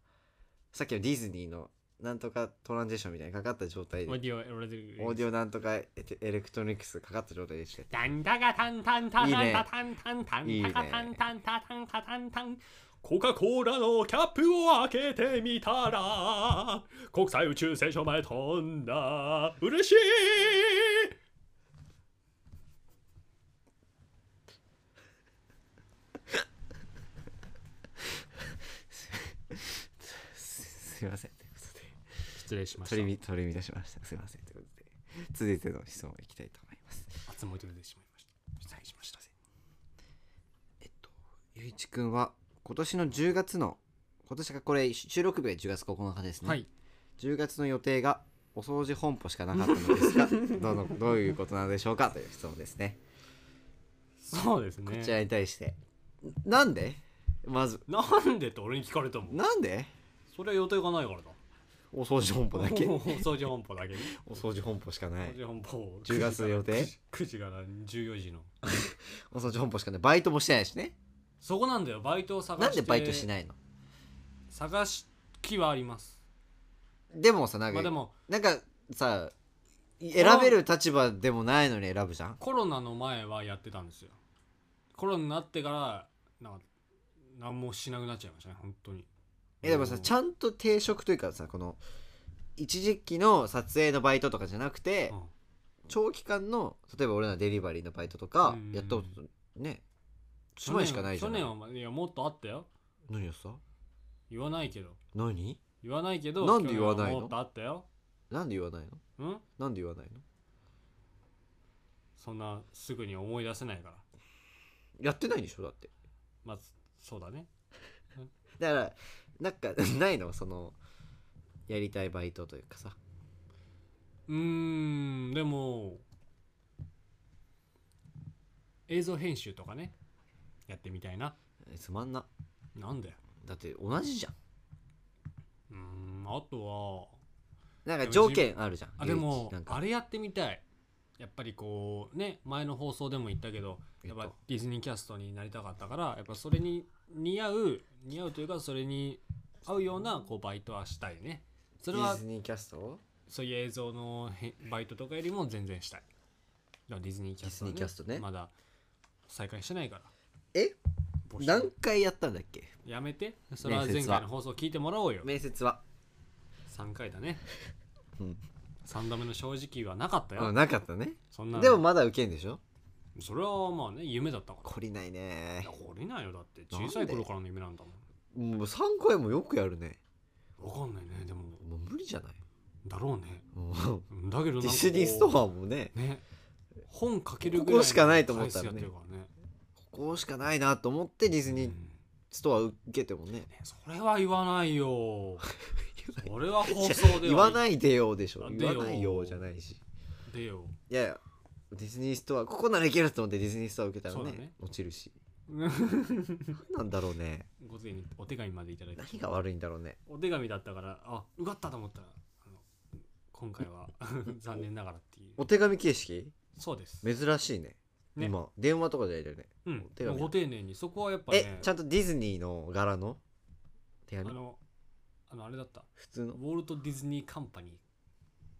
[SPEAKER 1] さっきのディズニーのなんとかトランジションみたいにかかった状態
[SPEAKER 2] オー
[SPEAKER 1] で
[SPEAKER 2] ディオオーディオ
[SPEAKER 1] オーディオなんとかエエレクトロニクスかかった状態でして
[SPEAKER 3] なんだかタンタンタンタンタンタンタン
[SPEAKER 1] いいね
[SPEAKER 3] タカタンタンタタンタタンタン
[SPEAKER 2] コカ・コーラのキャップを開けてみたら国際宇宙ステーションまで飛んだ嬉しい
[SPEAKER 1] すいませんということで
[SPEAKER 2] 失礼しました
[SPEAKER 1] 取りみ取り乱しましたすいませんということで続いての質問いきたいと思います
[SPEAKER 2] 熱盛り出てしまいました失礼しました
[SPEAKER 1] えっとゆういちくんは今年の10月の今年がこれ収録日が10月9日ですね、
[SPEAKER 2] はい
[SPEAKER 1] 10月の予定がお掃除本舗しかなかったのです がどのどういうことなのでしょうかという質問ですね
[SPEAKER 2] そうです
[SPEAKER 1] こ
[SPEAKER 2] ね
[SPEAKER 1] ちらに対してなんでまず
[SPEAKER 2] なんでって俺に聞かれたもん
[SPEAKER 1] なんで
[SPEAKER 2] それは予定がないからだ
[SPEAKER 1] お掃除本舗だけ
[SPEAKER 2] お掃除本舗だけね
[SPEAKER 1] お掃除本舗しかない
[SPEAKER 2] 掃除本舗を
[SPEAKER 1] 10月の予定
[SPEAKER 2] 9時から14時の
[SPEAKER 1] お掃除本舗しかないバイトもしてないしね
[SPEAKER 2] そこなんだよバイトを探して
[SPEAKER 1] なんでバイトし
[SPEAKER 2] い
[SPEAKER 1] ないの
[SPEAKER 2] 探し気はあります
[SPEAKER 1] でもさなんか、
[SPEAKER 2] まあでも
[SPEAKER 1] なんかさ選べる立場でもないのに選ぶじゃん
[SPEAKER 2] コロナの前はやってたんですよコロナになってからなんか何もしなくなっちゃいましたね本当に
[SPEAKER 1] えでもさちゃんと定職というかさこの一時期の撮影のバイトとかじゃなくて、
[SPEAKER 2] うん
[SPEAKER 1] 長期間の例えば俺らデリバリーのバイトとか
[SPEAKER 2] うん
[SPEAKER 1] やったことね1枚しかないじゃん
[SPEAKER 2] 去年は去年はいやもっとあったよ
[SPEAKER 1] 何やさ
[SPEAKER 2] 言わないけど
[SPEAKER 1] 何
[SPEAKER 2] 言わないけど
[SPEAKER 1] なんで言わないの
[SPEAKER 2] 去年はもっとあったよ
[SPEAKER 1] なんで言わないの
[SPEAKER 2] うん
[SPEAKER 1] なんで言わないの
[SPEAKER 2] そんなすぐに思い出せないから
[SPEAKER 1] やってないんでしょだって
[SPEAKER 2] まずそうだね
[SPEAKER 1] だからなんか ないのそのやりたいバイトというかさ
[SPEAKER 2] うーんでも映像編集とかねやってみたいな
[SPEAKER 1] えつまんな
[SPEAKER 2] なんだよ
[SPEAKER 1] だって同じじゃん
[SPEAKER 2] うーんあとは
[SPEAKER 1] なんか
[SPEAKER 2] でも
[SPEAKER 1] 条件あるじゃん
[SPEAKER 2] あで
[SPEAKER 1] 唯
[SPEAKER 2] も
[SPEAKER 1] 一なんか
[SPEAKER 2] あれやってみたいやっぱりこうね前の放送でも言ったけど
[SPEAKER 1] えっ
[SPEAKER 2] やっ
[SPEAKER 1] と
[SPEAKER 2] ぱディズニーキャストになりたかったからやっぱそれに似合う似合うというかそれに合うようなこうバイトはしたいねそ
[SPEAKER 1] デ
[SPEAKER 2] れ
[SPEAKER 1] ィ
[SPEAKER 2] は
[SPEAKER 1] ズニーキャスト
[SPEAKER 2] そういう映像のへバイトとかよりも全然したいだからディズニーキャスト,、
[SPEAKER 1] ディズニーキャストね
[SPEAKER 2] まだ再開してないから
[SPEAKER 1] え
[SPEAKER 2] 募集
[SPEAKER 1] 何回やったんだっけ
[SPEAKER 2] やめてそれは
[SPEAKER 1] 面接
[SPEAKER 2] 前
[SPEAKER 1] は
[SPEAKER 2] 回の放送聞いてもらおうよ
[SPEAKER 1] 面接は
[SPEAKER 2] 3回だね
[SPEAKER 1] うん
[SPEAKER 2] 3度目の正直はなかったよ、
[SPEAKER 1] あなかったね
[SPEAKER 2] そんな
[SPEAKER 1] でもまだ受けんでしょ
[SPEAKER 2] それはまあね夢だったから
[SPEAKER 1] 懲りない
[SPEAKER 2] い
[SPEAKER 1] ね
[SPEAKER 2] や懲りないよだって
[SPEAKER 1] なん
[SPEAKER 2] 小
[SPEAKER 1] で
[SPEAKER 2] さい頃からの夢なんだもん
[SPEAKER 1] もう3回もよくやるね
[SPEAKER 2] わかんないねでも
[SPEAKER 1] もう無理じゃない
[SPEAKER 2] だろうね
[SPEAKER 1] もう
[SPEAKER 2] うんだけどな んかこう
[SPEAKER 1] ディズニーストアもね
[SPEAKER 2] ね本かけるぐらい
[SPEAKER 1] ここしかないと思ったらね
[SPEAKER 2] 回数やってるからね
[SPEAKER 1] ここしかないなと思ってディズ
[SPEAKER 2] う
[SPEAKER 1] ニー
[SPEAKER 2] ん
[SPEAKER 1] ストア受けてもね
[SPEAKER 2] ねそれは言わな いよそれは放送で
[SPEAKER 1] 言わ
[SPEAKER 2] は
[SPEAKER 1] ないでよでしょ
[SPEAKER 2] あ
[SPEAKER 1] 言
[SPEAKER 2] でよ
[SPEAKER 1] わないよじゃないし
[SPEAKER 2] でよ
[SPEAKER 1] いやいやディズニーストアここならいけると思ってディズニーストア受けたら
[SPEAKER 2] そう
[SPEAKER 1] ね
[SPEAKER 2] だね
[SPEAKER 1] 落ちるし何なんだろうね
[SPEAKER 2] 午前にお手紙までいただいて
[SPEAKER 1] 何が悪いんだろうね
[SPEAKER 2] お手紙だったからあ受かったと思ったらあの今 回は残念ながらっていう
[SPEAKER 1] お手紙形式
[SPEAKER 2] そうです、
[SPEAKER 1] 珍しいね
[SPEAKER 2] ね
[SPEAKER 1] 今電話とかじゃいるよね
[SPEAKER 2] う
[SPEAKER 1] お
[SPEAKER 2] ん
[SPEAKER 1] 手紙だ
[SPEAKER 2] ご丁寧にそこはやっぱ
[SPEAKER 1] え
[SPEAKER 2] ね
[SPEAKER 1] ちゃんとディズニーの柄の手
[SPEAKER 2] あ
[SPEAKER 1] 紙
[SPEAKER 2] のあのあれだった
[SPEAKER 1] 普通
[SPEAKER 2] ウ
[SPEAKER 1] の
[SPEAKER 2] ォルト・ディズニー・カンパニー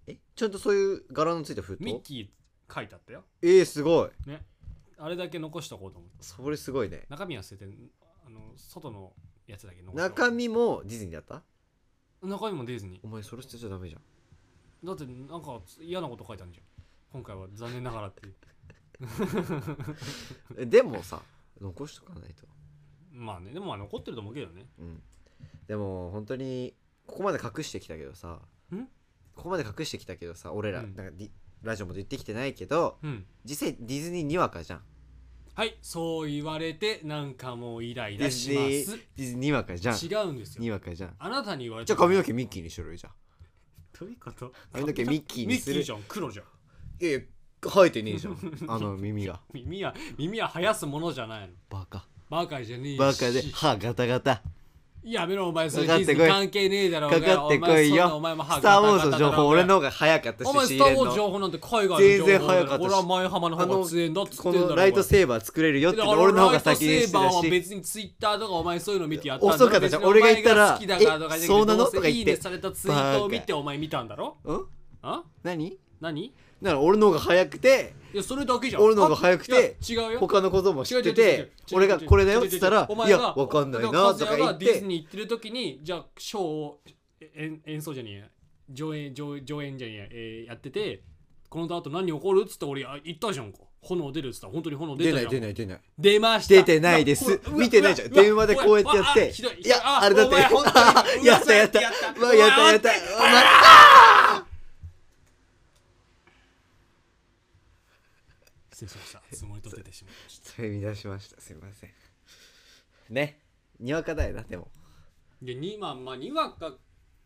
[SPEAKER 1] えちゃんとそういう柄のついた封筒
[SPEAKER 2] ミッキー書いてあったよ
[SPEAKER 1] えー、すごい
[SPEAKER 2] あれだけ残しとこうと思って
[SPEAKER 1] それすごいね
[SPEAKER 2] 中身は捨ててあの外のやつだけ残して
[SPEAKER 1] 中身もディズニーだった
[SPEAKER 2] 中身もディズニ
[SPEAKER 1] お前それ捨てちゃダメじゃん
[SPEAKER 2] ーだってなんか嫌なこと書いてあるじゃん今回は残念ながらっていう
[SPEAKER 1] えでもさ残しとかないと
[SPEAKER 2] まあねでもまあ残ってると思うけどね
[SPEAKER 1] うんでも本当にここまで隠してきたけどさ
[SPEAKER 2] ん
[SPEAKER 1] ここまで隠してきたけどさ俺ら、
[SPEAKER 2] うん
[SPEAKER 1] なんかディラジオも言ってきてないけど
[SPEAKER 2] うん
[SPEAKER 1] 実際ディズニーにわかじゃん
[SPEAKER 2] はいそう言われてなんかもうイライ
[SPEAKER 1] デ
[SPEAKER 2] ラ
[SPEAKER 1] ィズ
[SPEAKER 2] し
[SPEAKER 1] ニ
[SPEAKER 2] ま
[SPEAKER 1] ー
[SPEAKER 2] す
[SPEAKER 1] ディズニーにわかじゃん
[SPEAKER 2] 違うんです
[SPEAKER 1] に
[SPEAKER 2] よ
[SPEAKER 1] わかじゃん
[SPEAKER 2] あなたに言われ
[SPEAKER 1] じ
[SPEAKER 2] て
[SPEAKER 1] ゃあ
[SPEAKER 2] も
[SPEAKER 1] 髪の毛ミッキーにしろよじゃあ
[SPEAKER 2] どういうこと
[SPEAKER 1] 髪の毛ミッキーに
[SPEAKER 2] ミッ
[SPEAKER 1] す
[SPEAKER 2] キ
[SPEAKER 1] る
[SPEAKER 2] ー
[SPEAKER 1] い
[SPEAKER 2] じゃん黒じゃん
[SPEAKER 1] やいや生えてねえじゃん あの耳が
[SPEAKER 2] 耳は耳は生やすものじゃないの
[SPEAKER 1] バカ
[SPEAKER 2] バカじゃねえし
[SPEAKER 1] バカで歯ガタガタ
[SPEAKER 2] やめろお前それデ
[SPEAKER 1] かか
[SPEAKER 2] ィ
[SPEAKER 1] っ
[SPEAKER 2] ズ
[SPEAKER 1] て
[SPEAKER 2] ニ
[SPEAKER 1] こい
[SPEAKER 2] ー関係ねえだろうが
[SPEAKER 1] かかってこいよ
[SPEAKER 2] お前そんなお前も歯
[SPEAKER 1] スター・ウォーズの情報俺
[SPEAKER 2] ガタガタだろうが
[SPEAKER 1] の方が早かった
[SPEAKER 2] お
[SPEAKER 1] し
[SPEAKER 2] 前
[SPEAKER 1] 仕
[SPEAKER 2] ス
[SPEAKER 1] 入
[SPEAKER 2] ター・
[SPEAKER 1] れ
[SPEAKER 2] ウ
[SPEAKER 1] ん
[SPEAKER 2] ォーズ
[SPEAKER 1] の
[SPEAKER 2] 情報なんて海外の
[SPEAKER 1] 全
[SPEAKER 2] 情報
[SPEAKER 1] 然早
[SPEAKER 2] だ
[SPEAKER 1] かったし
[SPEAKER 2] から俺は前浜の方が強えんだっつって
[SPEAKER 1] こ
[SPEAKER 2] んだろ
[SPEAKER 1] のライトセーバー作れるよって俺の方が先に
[SPEAKER 2] だからライトセーバーは
[SPEAKER 1] してたし
[SPEAKER 2] 別にツイッターとかお前そういうの見てやったんだろ
[SPEAKER 1] 遅かったじゃん俺が言ったら
[SPEAKER 2] 別にお前が好きだからとか
[SPEAKER 1] え
[SPEAKER 2] じゃ
[SPEAKER 1] そうなの
[SPEAKER 2] どせ
[SPEAKER 1] とか言って
[SPEAKER 2] いいねされたツイートを見てお前見たんだろ
[SPEAKER 1] うん
[SPEAKER 2] あ
[SPEAKER 1] 何
[SPEAKER 2] 何
[SPEAKER 1] だから俺の方が早くて
[SPEAKER 2] いやそれだけじゃん
[SPEAKER 1] 俺の方が早くて
[SPEAKER 2] あいや違うよ
[SPEAKER 1] 他のことも知って
[SPEAKER 2] 違う違う違
[SPEAKER 1] て
[SPEAKER 2] う違う
[SPEAKER 1] 俺がこれだよって言ったら
[SPEAKER 2] 違う違う違うお
[SPEAKER 1] い
[SPEAKER 2] 前
[SPEAKER 1] や
[SPEAKER 2] が
[SPEAKER 1] わかんないな
[SPEAKER 2] だら
[SPEAKER 1] とか
[SPEAKER 2] 和也
[SPEAKER 1] 言
[SPEAKER 2] が
[SPEAKER 1] っ
[SPEAKER 2] ディズ
[SPEAKER 1] て
[SPEAKER 2] ニー行ってる時にじゃあショーをえ演演奏じゃねえや上演上演上演じゃねえや、えーやっててこの後何起こるっつって俺あ言ったじゃんか炎出るっつったら本当に炎出
[SPEAKER 1] 出
[SPEAKER 2] た
[SPEAKER 1] ない
[SPEAKER 2] じゃん
[SPEAKER 1] 出ない出ない
[SPEAKER 2] 出ました
[SPEAKER 1] 出てないです
[SPEAKER 2] うわ
[SPEAKER 1] 見てないじゃん
[SPEAKER 2] うわ
[SPEAKER 1] 電話でこうやってやっ
[SPEAKER 2] うわあ
[SPEAKER 1] て
[SPEAKER 2] ひどい
[SPEAKER 1] いやあれだっ
[SPEAKER 2] お前 本当
[SPEAKER 1] て
[SPEAKER 2] に
[SPEAKER 1] やったやった
[SPEAKER 2] やった
[SPEAKER 1] うわやったやったお前
[SPEAKER 2] 失礼しましたつもりと出てしまいました
[SPEAKER 1] それ乱しましたすいませんねにわかだよなでも
[SPEAKER 2] でにまあまあにわか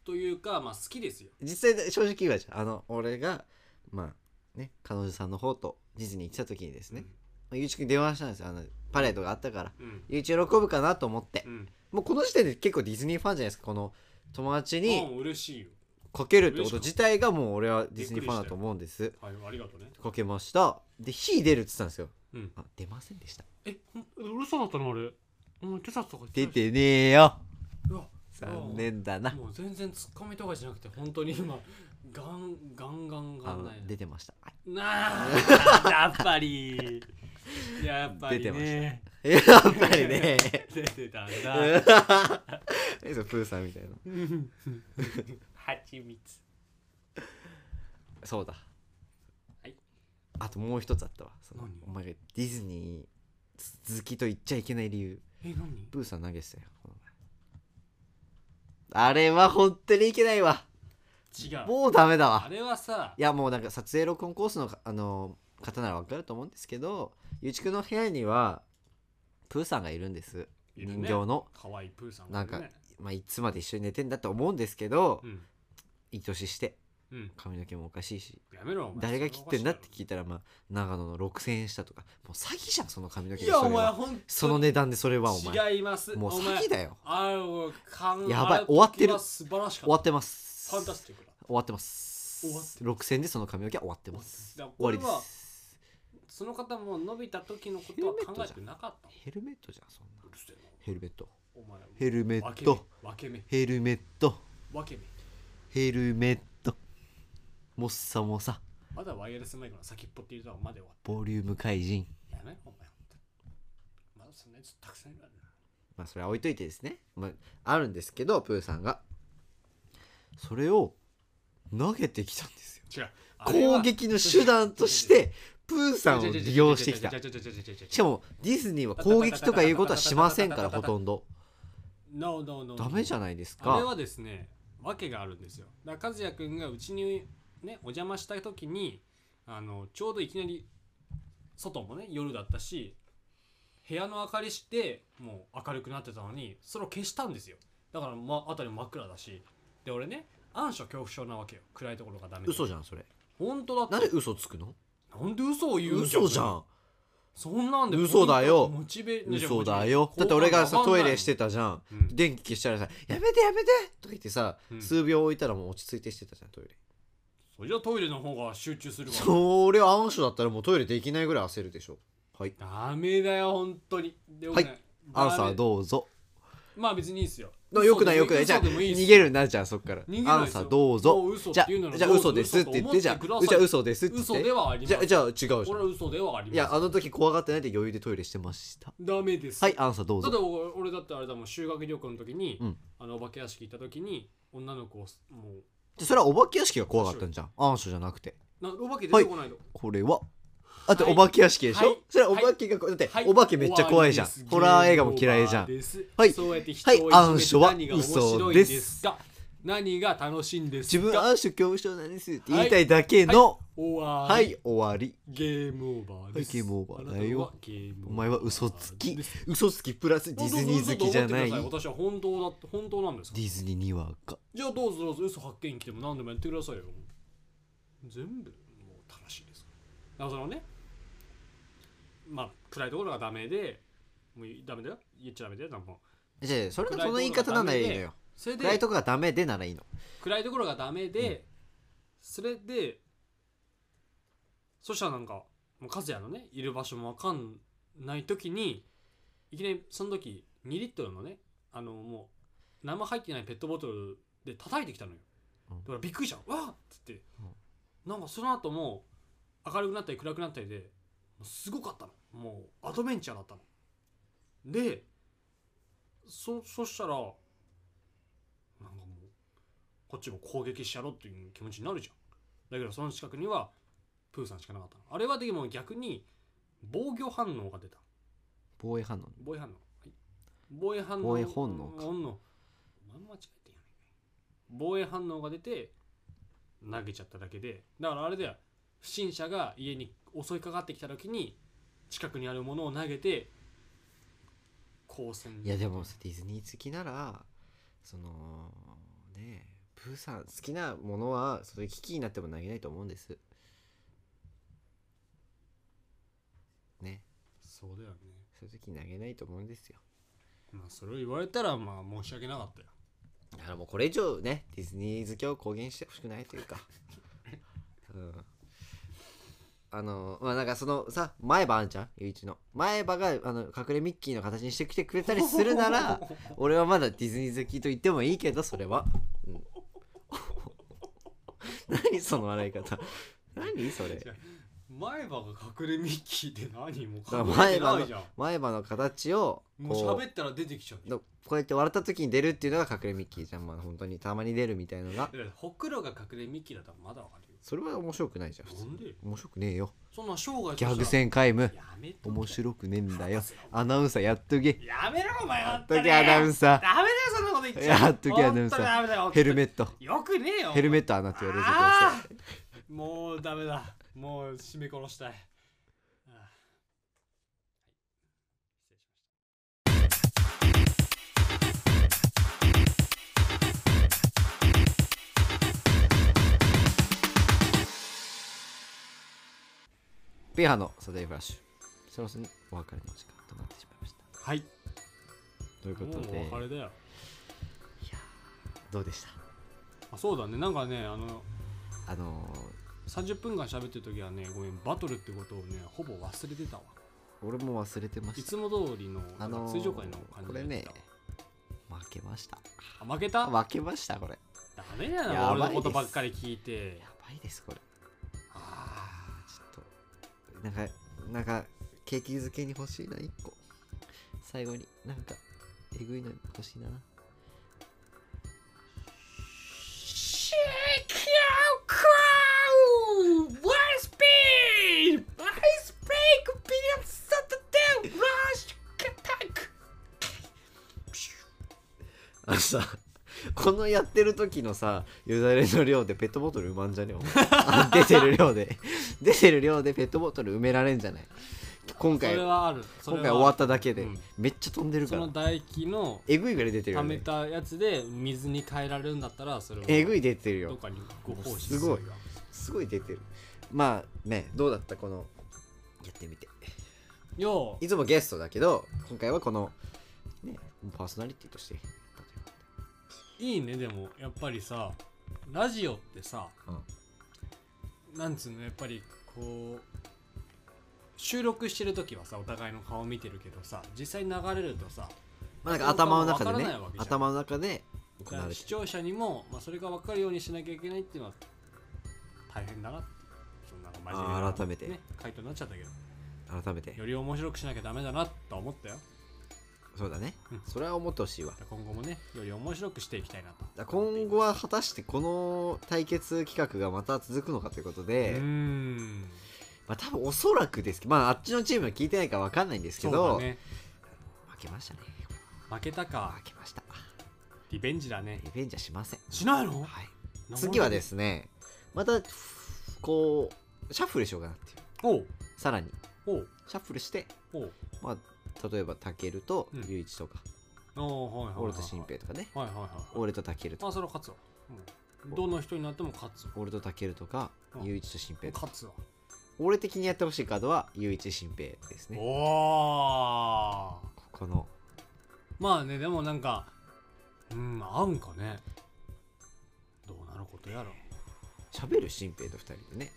[SPEAKER 2] というかまあ好きですよ
[SPEAKER 1] 実際正直言うわじゃんあの俺がまあね彼女さんの方とディズニー行ってた時にですね、まあゆういちくんに電話したんですよあのパレードがあったから
[SPEAKER 2] うん
[SPEAKER 1] ゆういち喜ぶかなと思って
[SPEAKER 2] うん
[SPEAKER 1] もうこの時点で結構ディズニーファンじゃないですかこの友達に
[SPEAKER 2] うん嬉しいよ
[SPEAKER 1] かけるってこと自体がもう俺はディズニーファンだと思うんです
[SPEAKER 2] はいありがとうね
[SPEAKER 1] かけましたで火出るって言ってたんですよ、
[SPEAKER 2] うん
[SPEAKER 1] あ出ませんでした
[SPEAKER 2] えうるさだったのあれお前手札とか
[SPEAKER 1] 出てねえよ
[SPEAKER 2] うわ
[SPEAKER 1] 残念だな
[SPEAKER 2] もう全然ツッコミとかじゃなくて本当に今ガンガンガンガ
[SPEAKER 1] あ
[SPEAKER 2] ン
[SPEAKER 1] の
[SPEAKER 2] ない
[SPEAKER 1] 出てましたあ
[SPEAKER 2] なあやっ ぱりやっぱり、ね、
[SPEAKER 1] 出てまやっぱり ね
[SPEAKER 2] 出てたん
[SPEAKER 1] う
[SPEAKER 2] だ
[SPEAKER 1] ん何それプーさんみたいな
[SPEAKER 2] はちみつ
[SPEAKER 1] そうだ。
[SPEAKER 2] はい
[SPEAKER 1] あともう一つあったわ。その
[SPEAKER 2] 何
[SPEAKER 1] お前がディズニー好きと言っちゃいけない理由。
[SPEAKER 2] え何
[SPEAKER 1] ブーさん投げてたよ。この前あれは本当にいけないわ。
[SPEAKER 2] 違う
[SPEAKER 1] もうダメだ
[SPEAKER 2] あ
[SPEAKER 1] わ。
[SPEAKER 2] れはさ
[SPEAKER 1] いやもうなんか撮影録音コースのかあの方ならわかると思うんですけど、ゆうちくんの部屋にはプーさんがいるんです。
[SPEAKER 2] いるね
[SPEAKER 1] 人形の。
[SPEAKER 2] 可愛いプーさん
[SPEAKER 1] な
[SPEAKER 2] が
[SPEAKER 1] ん
[SPEAKER 2] いる
[SPEAKER 1] か、
[SPEAKER 2] ね、
[SPEAKER 1] まあ、いつまで一緒に寝てんだと思うんですけど、
[SPEAKER 2] うん
[SPEAKER 1] いい年して
[SPEAKER 2] うん
[SPEAKER 1] 髪の毛もおかしいし
[SPEAKER 2] やめろお前
[SPEAKER 1] 誰が切ってんだって
[SPEAKER 2] そ
[SPEAKER 1] 聞いたらまあ長野の6000円したとかもう詐欺じゃんその髪の毛
[SPEAKER 2] れはおかしいいや
[SPEAKER 1] それは
[SPEAKER 2] お前ほんと
[SPEAKER 1] その値段でそれはお前
[SPEAKER 2] 違います
[SPEAKER 1] もう
[SPEAKER 2] お前
[SPEAKER 1] 詐欺だよ
[SPEAKER 2] あの感
[SPEAKER 1] やばい終わってる
[SPEAKER 2] あの時は素晴らしか
[SPEAKER 1] 終
[SPEAKER 2] っ
[SPEAKER 1] わってます
[SPEAKER 2] た。ファンタスティックだ。
[SPEAKER 1] 終わってます
[SPEAKER 2] 終わって
[SPEAKER 1] 6000円でその髪の毛は終わってます
[SPEAKER 2] だから
[SPEAKER 1] 終わ
[SPEAKER 2] これ
[SPEAKER 1] りで
[SPEAKER 2] は
[SPEAKER 1] す
[SPEAKER 2] その方も伸びた時のことは考えてなかったの。
[SPEAKER 1] ヘルメットじゃんそんな
[SPEAKER 2] うるせえな
[SPEAKER 1] ヘルメット
[SPEAKER 2] お前
[SPEAKER 1] ヘルメ
[SPEAKER 2] 分
[SPEAKER 1] ッ
[SPEAKER 2] け
[SPEAKER 1] ト
[SPEAKER 2] 目。分け目。
[SPEAKER 1] ヘルメット
[SPEAKER 2] 分け目。
[SPEAKER 1] ヘルメットもっさもさ
[SPEAKER 2] まだワイヤレスマイクの先っぽっていうとこまで終わっ
[SPEAKER 1] ボリューム怪人
[SPEAKER 2] た。やめろ、お前。まだそんなやつたくさんいるからな
[SPEAKER 1] まあそれは置いといてですね、まあ、あるんですけどプーさんがそれを投げてきたんですよ
[SPEAKER 2] 違う。あれは
[SPEAKER 1] 攻撃の手段としてプーさんを利用してきたしかもディズニーは攻撃とかいうことはしませんからほとんど
[SPEAKER 2] No, no, no.
[SPEAKER 1] ダメじゃ
[SPEAKER 2] ない
[SPEAKER 1] ないです
[SPEAKER 2] あれ
[SPEAKER 1] か
[SPEAKER 2] はですね、わけがあるんですよ。だから、和也くんがうちにね、お邪魔した時に、あの、ちょうどいきなり、外もね、夜だったし、部屋の明かりして、もう明るくなってたのに、それを消したんですよ。だから、ま、あたり真っ暗だし。で、俺ね、暗所恐怖症なわけよ。暗いところがダメで。
[SPEAKER 1] 嘘じゃんそれ
[SPEAKER 2] 本当だって。
[SPEAKER 1] なんで嘘つくの
[SPEAKER 2] なんで嘘を言うん
[SPEAKER 1] 嘘じゃん
[SPEAKER 2] そんなんで
[SPEAKER 1] 嘘だよ
[SPEAKER 2] モチベ
[SPEAKER 1] 嘘だよだって俺がさトイレして、たじゃん
[SPEAKER 2] じゃあモチベ
[SPEAKER 1] 電気消したらさ「やめてやめて!」とか言ってさ
[SPEAKER 2] うん
[SPEAKER 1] 数秒置いたらもう落ち着いてしてたじゃんトイレ
[SPEAKER 2] うん、そりゃトイレの方が集中するから
[SPEAKER 1] それ暗所だったらもうトイレできないぐらい焦るでしょはい
[SPEAKER 2] ダメだよ本当にで
[SPEAKER 1] はい
[SPEAKER 2] 俺ね
[SPEAKER 1] アンサ
[SPEAKER 2] ダメ
[SPEAKER 1] ーどうぞ
[SPEAKER 2] まあ別にいいですよ
[SPEAKER 1] のよくないよくないじゃあ
[SPEAKER 2] 嘘でもいいっす
[SPEAKER 1] 逃げるなじゃあそっから
[SPEAKER 2] 逃げない
[SPEAKER 1] ア
[SPEAKER 2] で
[SPEAKER 1] ン
[SPEAKER 2] すよ
[SPEAKER 1] サーどうぞ
[SPEAKER 2] も嘘っ
[SPEAKER 1] じゃ
[SPEAKER 2] て
[SPEAKER 1] あ
[SPEAKER 2] 言うなら
[SPEAKER 1] じゃあ嘘ですって言ってじゃあ
[SPEAKER 2] どうぞ
[SPEAKER 1] じゃあ嘘ですって言っ
[SPEAKER 2] 嘘で
[SPEAKER 1] て
[SPEAKER 2] はありま
[SPEAKER 1] じ
[SPEAKER 2] せ
[SPEAKER 1] ゃ
[SPEAKER 2] ん
[SPEAKER 1] あじゃあ違うじゃん
[SPEAKER 2] 俺は嘘ではありませ
[SPEAKER 1] い
[SPEAKER 2] ん
[SPEAKER 1] やあの時怖がってないで余裕でトイレしてました
[SPEAKER 2] ダメです
[SPEAKER 1] はいアンサーどう
[SPEAKER 2] だって
[SPEAKER 1] ぞ
[SPEAKER 2] 俺俺だってあれだもん修学旅行の時に、
[SPEAKER 1] うん
[SPEAKER 2] あのお化け屋敷行った時に女の子をすもう
[SPEAKER 1] それはお化け屋敷が怖かったんじゃん暗所じゃなくて
[SPEAKER 2] なお化け出てこないの、
[SPEAKER 1] これはあと
[SPEAKER 2] はい
[SPEAKER 1] お化け屋敷でしょ、
[SPEAKER 2] はい
[SPEAKER 1] それはお化けがこ、だって
[SPEAKER 2] はい
[SPEAKER 1] お化けめっちゃ怖いじゃん、
[SPEAKER 2] 終わりです
[SPEAKER 1] ホラー映画も嫌いじゃ
[SPEAKER 2] ゲ
[SPEAKER 1] ん
[SPEAKER 2] ームオーバーです
[SPEAKER 1] はい
[SPEAKER 2] そうやって人をいじめて
[SPEAKER 1] はい暗所は
[SPEAKER 2] 何が面白いん
[SPEAKER 1] 嘘です
[SPEAKER 2] か何が楽しいんです
[SPEAKER 1] 自
[SPEAKER 2] か
[SPEAKER 1] 分暗所恐怖症なんですって言いたいだけの
[SPEAKER 2] 終わり
[SPEAKER 1] はい、終わり
[SPEAKER 2] ゲームオーバーで
[SPEAKER 1] は
[SPEAKER 2] す、
[SPEAKER 1] いゲームオーバーだよ
[SPEAKER 2] あなたはゲームオーバー
[SPEAKER 1] お前は嘘つき
[SPEAKER 2] です
[SPEAKER 1] 嘘つきプラスディズニー好きじゃない
[SPEAKER 2] どう
[SPEAKER 1] デ
[SPEAKER 2] ぞどうぞ嘘と思ってください私は本当だって本当なんですか
[SPEAKER 1] ィズニーにわか
[SPEAKER 2] じゃあどうぞどうぞ嘘発見来ても何でもやってくださいよ全部もう楽しいですだからそのねまあ暗いところがダメでもうダメだよ言っちゃダメだよなんも
[SPEAKER 1] じゃあそれその言い方ならいいのよ
[SPEAKER 2] それで
[SPEAKER 1] 暗いとこがダメでならいいの
[SPEAKER 2] 暗いところがダメで、それでそしたらなんかもう和也のねいる場所も分かんない時にいきなりその時2リットルのねあのもう何も入ってないペットボトルで叩いてきたのよ、
[SPEAKER 1] うん
[SPEAKER 2] だからびっくりしたわーっつって、
[SPEAKER 1] う
[SPEAKER 2] なんかその後も明るくなったり暗くなったりでもうすごかったのもうアドベンチャーだったのでそそしたらなんかもうこっちも攻撃しちゃろうっていう気持ちになるじゃんだけどその近くにはプーさんしかなかったのあれはでも逆に防御反応が出た
[SPEAKER 1] 防衛反応
[SPEAKER 2] 防衛反応、はい、防衛反応
[SPEAKER 1] 防衛本能か
[SPEAKER 2] 本能まんま間違えてんやね防衛反応が出て投げちゃっただけでだからあれだよ不審者が家に襲いかかってきた時に近くにあるものを投げて光線
[SPEAKER 1] いやでもさディズニー好きならそのねえプーさん好きなものはそういう危機になっても投げないと思うんですね
[SPEAKER 2] そうだよね
[SPEAKER 1] そういう時に投げないと思うんですよ
[SPEAKER 2] まあそれを言われたらまあ申し訳なかったよ
[SPEAKER 1] だからもうこれ以上ねディズニー好きを公言してほしくないというか うんあのまあなんかそのさ前歯あんちゃんゆういちの前歯があの隠れミッキーの形にしてきてくれたりするな ら俺はまだディズニー好きと言ってもいいけどそれは、うん 何その笑い方何それ
[SPEAKER 2] 違う前歯が隠れミッキーって何もう
[SPEAKER 1] だから
[SPEAKER 2] 隠れ
[SPEAKER 1] 前
[SPEAKER 2] てな
[SPEAKER 1] 歯
[SPEAKER 2] い
[SPEAKER 1] の
[SPEAKER 2] じゃん
[SPEAKER 1] 前歯の形を
[SPEAKER 2] もう
[SPEAKER 1] こ
[SPEAKER 2] 喋ったら出てきちゃう
[SPEAKER 1] うのこうやって笑った時に出るっていうのが隠れミッキーじゃんまあ本当にたまに出るみたいのが
[SPEAKER 2] だからほくろが隠れミッキーだったらまだわかるよ
[SPEAKER 1] それは面白くないじゃん普通
[SPEAKER 2] なんで
[SPEAKER 1] 面白くねえよ
[SPEAKER 2] そんな生涯
[SPEAKER 1] ギャグ戦皆無
[SPEAKER 2] やめとけ
[SPEAKER 1] 面白くねえんだよアナウンサーやっとけ
[SPEAKER 2] やめろお前
[SPEAKER 1] や
[SPEAKER 2] や
[SPEAKER 1] っとけアナウンサ
[SPEAKER 2] ダメだよそんなこと言っちゃ
[SPEAKER 1] やっとけアナウンサー
[SPEAKER 2] 本当ダメだよ
[SPEAKER 1] ーヘルメ
[SPEAKER 2] ッ
[SPEAKER 1] ット
[SPEAKER 2] トよくねえよ
[SPEAKER 1] ヘルメ
[SPEAKER 2] ッ
[SPEAKER 1] ット穴って言われるぞど
[SPEAKER 2] あ
[SPEAKER 1] う
[SPEAKER 2] ーもうダメだもう締め殺したいあーはい失礼しました
[SPEAKER 1] せピーハのサタデーフラッシュそろそろお別れの時間となってしまいました
[SPEAKER 2] はい
[SPEAKER 1] というこ
[SPEAKER 2] も
[SPEAKER 1] とで
[SPEAKER 2] うお別れだよ
[SPEAKER 1] どうでした
[SPEAKER 2] あそうだねなんかねあの
[SPEAKER 1] あの
[SPEAKER 2] 30分間喋ってる時はねごめんバトルってことをねほぼ忘れてたわ
[SPEAKER 1] ー俺も忘れてま
[SPEAKER 2] い
[SPEAKER 1] した
[SPEAKER 2] つも通りの、
[SPEAKER 1] あのー
[SPEAKER 2] 通常会の感じ
[SPEAKER 1] これ
[SPEAKER 2] でやって
[SPEAKER 1] ね
[SPEAKER 2] たわ
[SPEAKER 1] 負けました
[SPEAKER 2] あ負けた
[SPEAKER 1] 負けましたこれ
[SPEAKER 2] ダメだ
[SPEAKER 1] や
[SPEAKER 2] な
[SPEAKER 1] ばいで
[SPEAKER 2] 俺
[SPEAKER 1] す
[SPEAKER 2] のことばっかり聞いて
[SPEAKER 1] やばいですこれ
[SPEAKER 2] あ
[SPEAKER 1] あーちょっとなんかなんか景気づけに欲しいな1個最後になんかえぐいの欲しいな
[SPEAKER 3] シェイクアウクラウワンスピード
[SPEAKER 4] ピリアスサタデーラッシュカタック
[SPEAKER 1] あのさこのやってる時のさゆだれの量でペットボトル埋まんじゃねえお前あ出てる量で出てる量でペットボトル埋められんじゃない今
[SPEAKER 2] そ
[SPEAKER 1] 回
[SPEAKER 2] れ
[SPEAKER 1] 今
[SPEAKER 2] はあるそれ
[SPEAKER 1] 回終わったただけで、
[SPEAKER 2] うん
[SPEAKER 1] めっちゃ飛んでるか
[SPEAKER 2] その
[SPEAKER 1] ら
[SPEAKER 2] 唾液の
[SPEAKER 1] えぐいぐらい出てる
[SPEAKER 2] 溜
[SPEAKER 1] よ
[SPEAKER 2] め
[SPEAKER 1] ね
[SPEAKER 2] たやつで水に変えられるんだったらそれは
[SPEAKER 1] えぐい出てる
[SPEAKER 2] どっ
[SPEAKER 1] よ
[SPEAKER 2] かにご奉仕
[SPEAKER 1] すごいすごい出てるまあねどうだったこのやってみて
[SPEAKER 2] よう
[SPEAKER 1] いつもゲストだけど今回はこのねパーソナリティとして
[SPEAKER 2] いいねでもやっぱりさラジオってさ、なんつうのやっぱりこう収録してる時はさお互いの顔見てるけどさ実際に流れるとさ
[SPEAKER 1] まあなんか頭の中で
[SPEAKER 2] わから
[SPEAKER 1] ね
[SPEAKER 2] ないわけじゃん
[SPEAKER 1] 頭の中で行われて
[SPEAKER 2] 視聴者にも、まあ、それが分かるようにしなきゃいけないっていうのは大変だなってそんなの真面目な
[SPEAKER 1] あー改めて
[SPEAKER 2] ね、回答になっちゃったけど
[SPEAKER 1] る改めて
[SPEAKER 2] より面白くしなきゃダメだなとは思ったよ
[SPEAKER 1] そうだね
[SPEAKER 2] うん
[SPEAKER 1] それは思ってほしいわ
[SPEAKER 2] だから今後もねより面白くしていきたいなと
[SPEAKER 1] だから今後は果たしてこの対決企画がまた続くのかということ
[SPEAKER 2] うー
[SPEAKER 1] で、
[SPEAKER 2] ん
[SPEAKER 1] まあ多分おそらくですけど、まああっちのチームは聞いてないからわかんないんですけ
[SPEAKER 2] そうだ
[SPEAKER 1] ど、
[SPEAKER 2] ね
[SPEAKER 1] 負けましたね。
[SPEAKER 2] 負けたか
[SPEAKER 1] 負けました。
[SPEAKER 2] リベンジだね
[SPEAKER 1] リベンジはしません。
[SPEAKER 2] しないの
[SPEAKER 1] はい。次はですね、また、こう、シャッフルしようかなっていう。
[SPEAKER 2] おう
[SPEAKER 1] さらに、
[SPEAKER 2] おう
[SPEAKER 1] シャッフルして、
[SPEAKER 2] おう
[SPEAKER 1] まあ、例えば、たけると
[SPEAKER 2] うん、
[SPEAKER 1] ゆういちとか、
[SPEAKER 2] おうはいはいはいはい
[SPEAKER 1] 俺としんぺいとかね、
[SPEAKER 2] はいはいはい
[SPEAKER 1] 俺とたけるとか、
[SPEAKER 2] まあそれは勝つわ、うん、どの人になっても勝つわ
[SPEAKER 1] 俺とたけるとか
[SPEAKER 2] う、ん
[SPEAKER 1] ゆういちとしんぺいとか、
[SPEAKER 2] 勝つわ
[SPEAKER 1] 俺的にやってほしいカードは、ゆういちしんぺいですね。
[SPEAKER 2] おー
[SPEAKER 1] ここの、
[SPEAKER 2] まあねでもなんかうん合うんかねどうなることやろ
[SPEAKER 1] 喋るしんぺいと二人でね。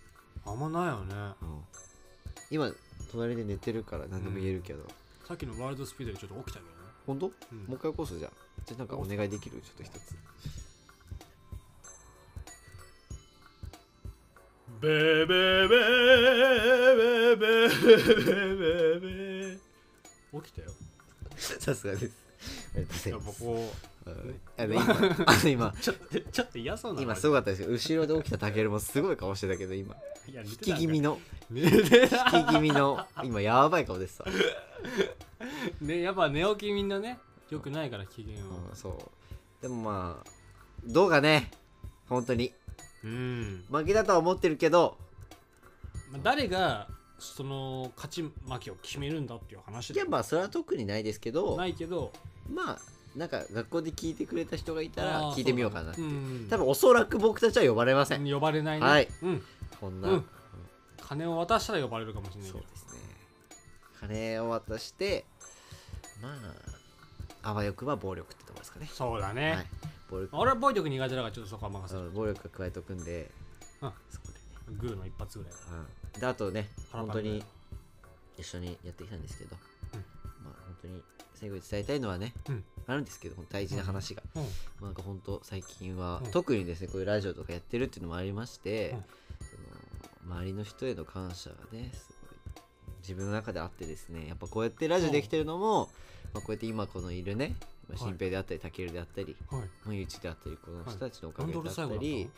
[SPEAKER 2] あんまないよね
[SPEAKER 1] うん今隣で寝てるから何でも言えるけど、
[SPEAKER 2] さっきのワールドスピードでちょっと起きたけどね
[SPEAKER 1] 本当、
[SPEAKER 2] うん
[SPEAKER 1] もう一回起こすじゃんじゃあなんかお願いできるちょっと一つ
[SPEAKER 4] ベーベーベーベーベーベーベーベー
[SPEAKER 2] 起きたよ
[SPEAKER 1] さすがですありがとうござい
[SPEAKER 2] いや
[SPEAKER 1] ます
[SPEAKER 2] 僕を
[SPEAKER 1] うんあの今あの 今
[SPEAKER 2] ちょっとちょっと嫌そうな
[SPEAKER 1] 今すごかったですよ後ろで起きたタケルもすごい顔してたけど 今
[SPEAKER 2] いや
[SPEAKER 1] 引
[SPEAKER 2] 寝て
[SPEAKER 1] き
[SPEAKER 2] た
[SPEAKER 1] 気味の
[SPEAKER 2] 寝て
[SPEAKER 1] 引
[SPEAKER 2] た
[SPEAKER 1] き気味の今やばい顔ですさ、
[SPEAKER 2] ねやっぱ寝起きみんなねよくないから機嫌は
[SPEAKER 1] うん、そうでもまあどうかね本当に
[SPEAKER 2] うん、
[SPEAKER 1] 負けだとは思ってるけど
[SPEAKER 2] まあ、誰がその勝ち負けを決めるんだっていう話
[SPEAKER 1] い
[SPEAKER 2] だ
[SPEAKER 1] やまあそれは特にないですけど
[SPEAKER 2] ないけど
[SPEAKER 1] まあなんか学校で聞いてくれた人がいたら聞いてみようかなって
[SPEAKER 2] あーそうだねうん
[SPEAKER 1] 多分おそらく僕たちは呼ばれません、
[SPEAKER 2] 呼ばれないね、
[SPEAKER 1] はい
[SPEAKER 2] うん、
[SPEAKER 1] こんな、
[SPEAKER 2] うん金を渡したら呼ばれるかもしれない
[SPEAKER 1] そ
[SPEAKER 2] け
[SPEAKER 1] う
[SPEAKER 2] ど
[SPEAKER 1] ですね金を渡してまああわよくば暴力ってとこですかね
[SPEAKER 2] そうだね、
[SPEAKER 1] はい暴力
[SPEAKER 2] 俺は暴力苦手だからちょっとそこは任せる
[SPEAKER 1] うん暴力が加えとくんで、
[SPEAKER 2] うん
[SPEAKER 1] そこでね、
[SPEAKER 2] グーの一発ぐらいだ
[SPEAKER 1] うん、であとね
[SPEAKER 2] 腹
[SPEAKER 1] 本
[SPEAKER 2] パ
[SPEAKER 1] 当
[SPEAKER 2] ン
[SPEAKER 1] に一緒にやってきたんですけど、
[SPEAKER 2] うん
[SPEAKER 1] まあ本当に最後に伝えたいのはね、
[SPEAKER 2] うん
[SPEAKER 1] あるんですけど大事な話が、
[SPEAKER 2] うん
[SPEAKER 1] まあなんか本当最近は、
[SPEAKER 2] うん
[SPEAKER 1] 特にですねこういうラジオとかやってるっていうのもありまして、
[SPEAKER 2] うん
[SPEAKER 1] その周りの人への感謝がねすごい自分の中であってですねやっぱこうやってラジオできてるのも、まあ、こうやって今このいるねまあ
[SPEAKER 2] はい
[SPEAKER 1] 新平であったりたけるであったり、
[SPEAKER 2] はい
[SPEAKER 1] まあ、ゆうちであったりこの人たちのおか
[SPEAKER 2] なん
[SPEAKER 1] げ
[SPEAKER 2] で
[SPEAKER 1] だ
[SPEAKER 2] 俺
[SPEAKER 1] った
[SPEAKER 2] 最後だった
[SPEAKER 1] り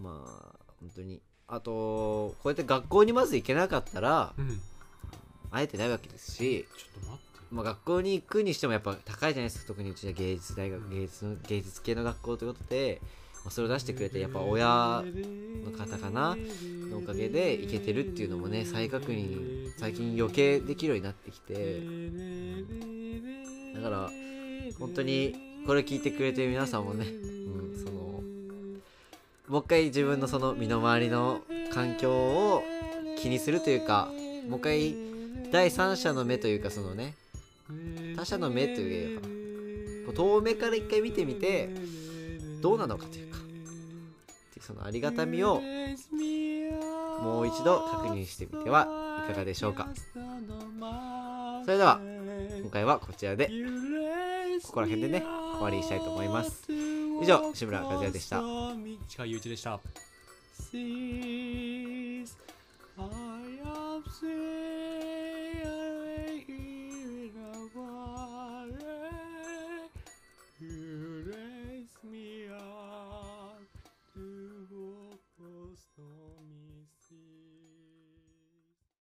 [SPEAKER 2] の、
[SPEAKER 1] まあ本当にあとこうやって学校にまず行けなかったら
[SPEAKER 2] うんちょ
[SPEAKER 1] 会えてないわけですし、
[SPEAKER 2] っと待って
[SPEAKER 1] まあ、学校に行くにしてもやっぱ高いじゃないですか特にうちは芸術大学、
[SPEAKER 2] うん
[SPEAKER 1] 芸術の芸術系の学校ということで、まあ、それを出してくれてやっぱ親
[SPEAKER 2] の
[SPEAKER 1] 方かなのおかげで行けてるっていうのもね再確認最近余計できるようになってきてだから本当にこれ聞いてくれてる皆さんもね、うん、そのもう一回自分のその身の回りの環境を気にするというかもう一回第三者の目というかそのね他者の目というかこう遠目から一回見てみてどうなのかというかっていうそのありがたみをもう一度確認してみてはいかがでしょうかそれでは今回はこちらでここら辺でね終わりにしたいと思います以上志村和也でした
[SPEAKER 2] 近井祐一でした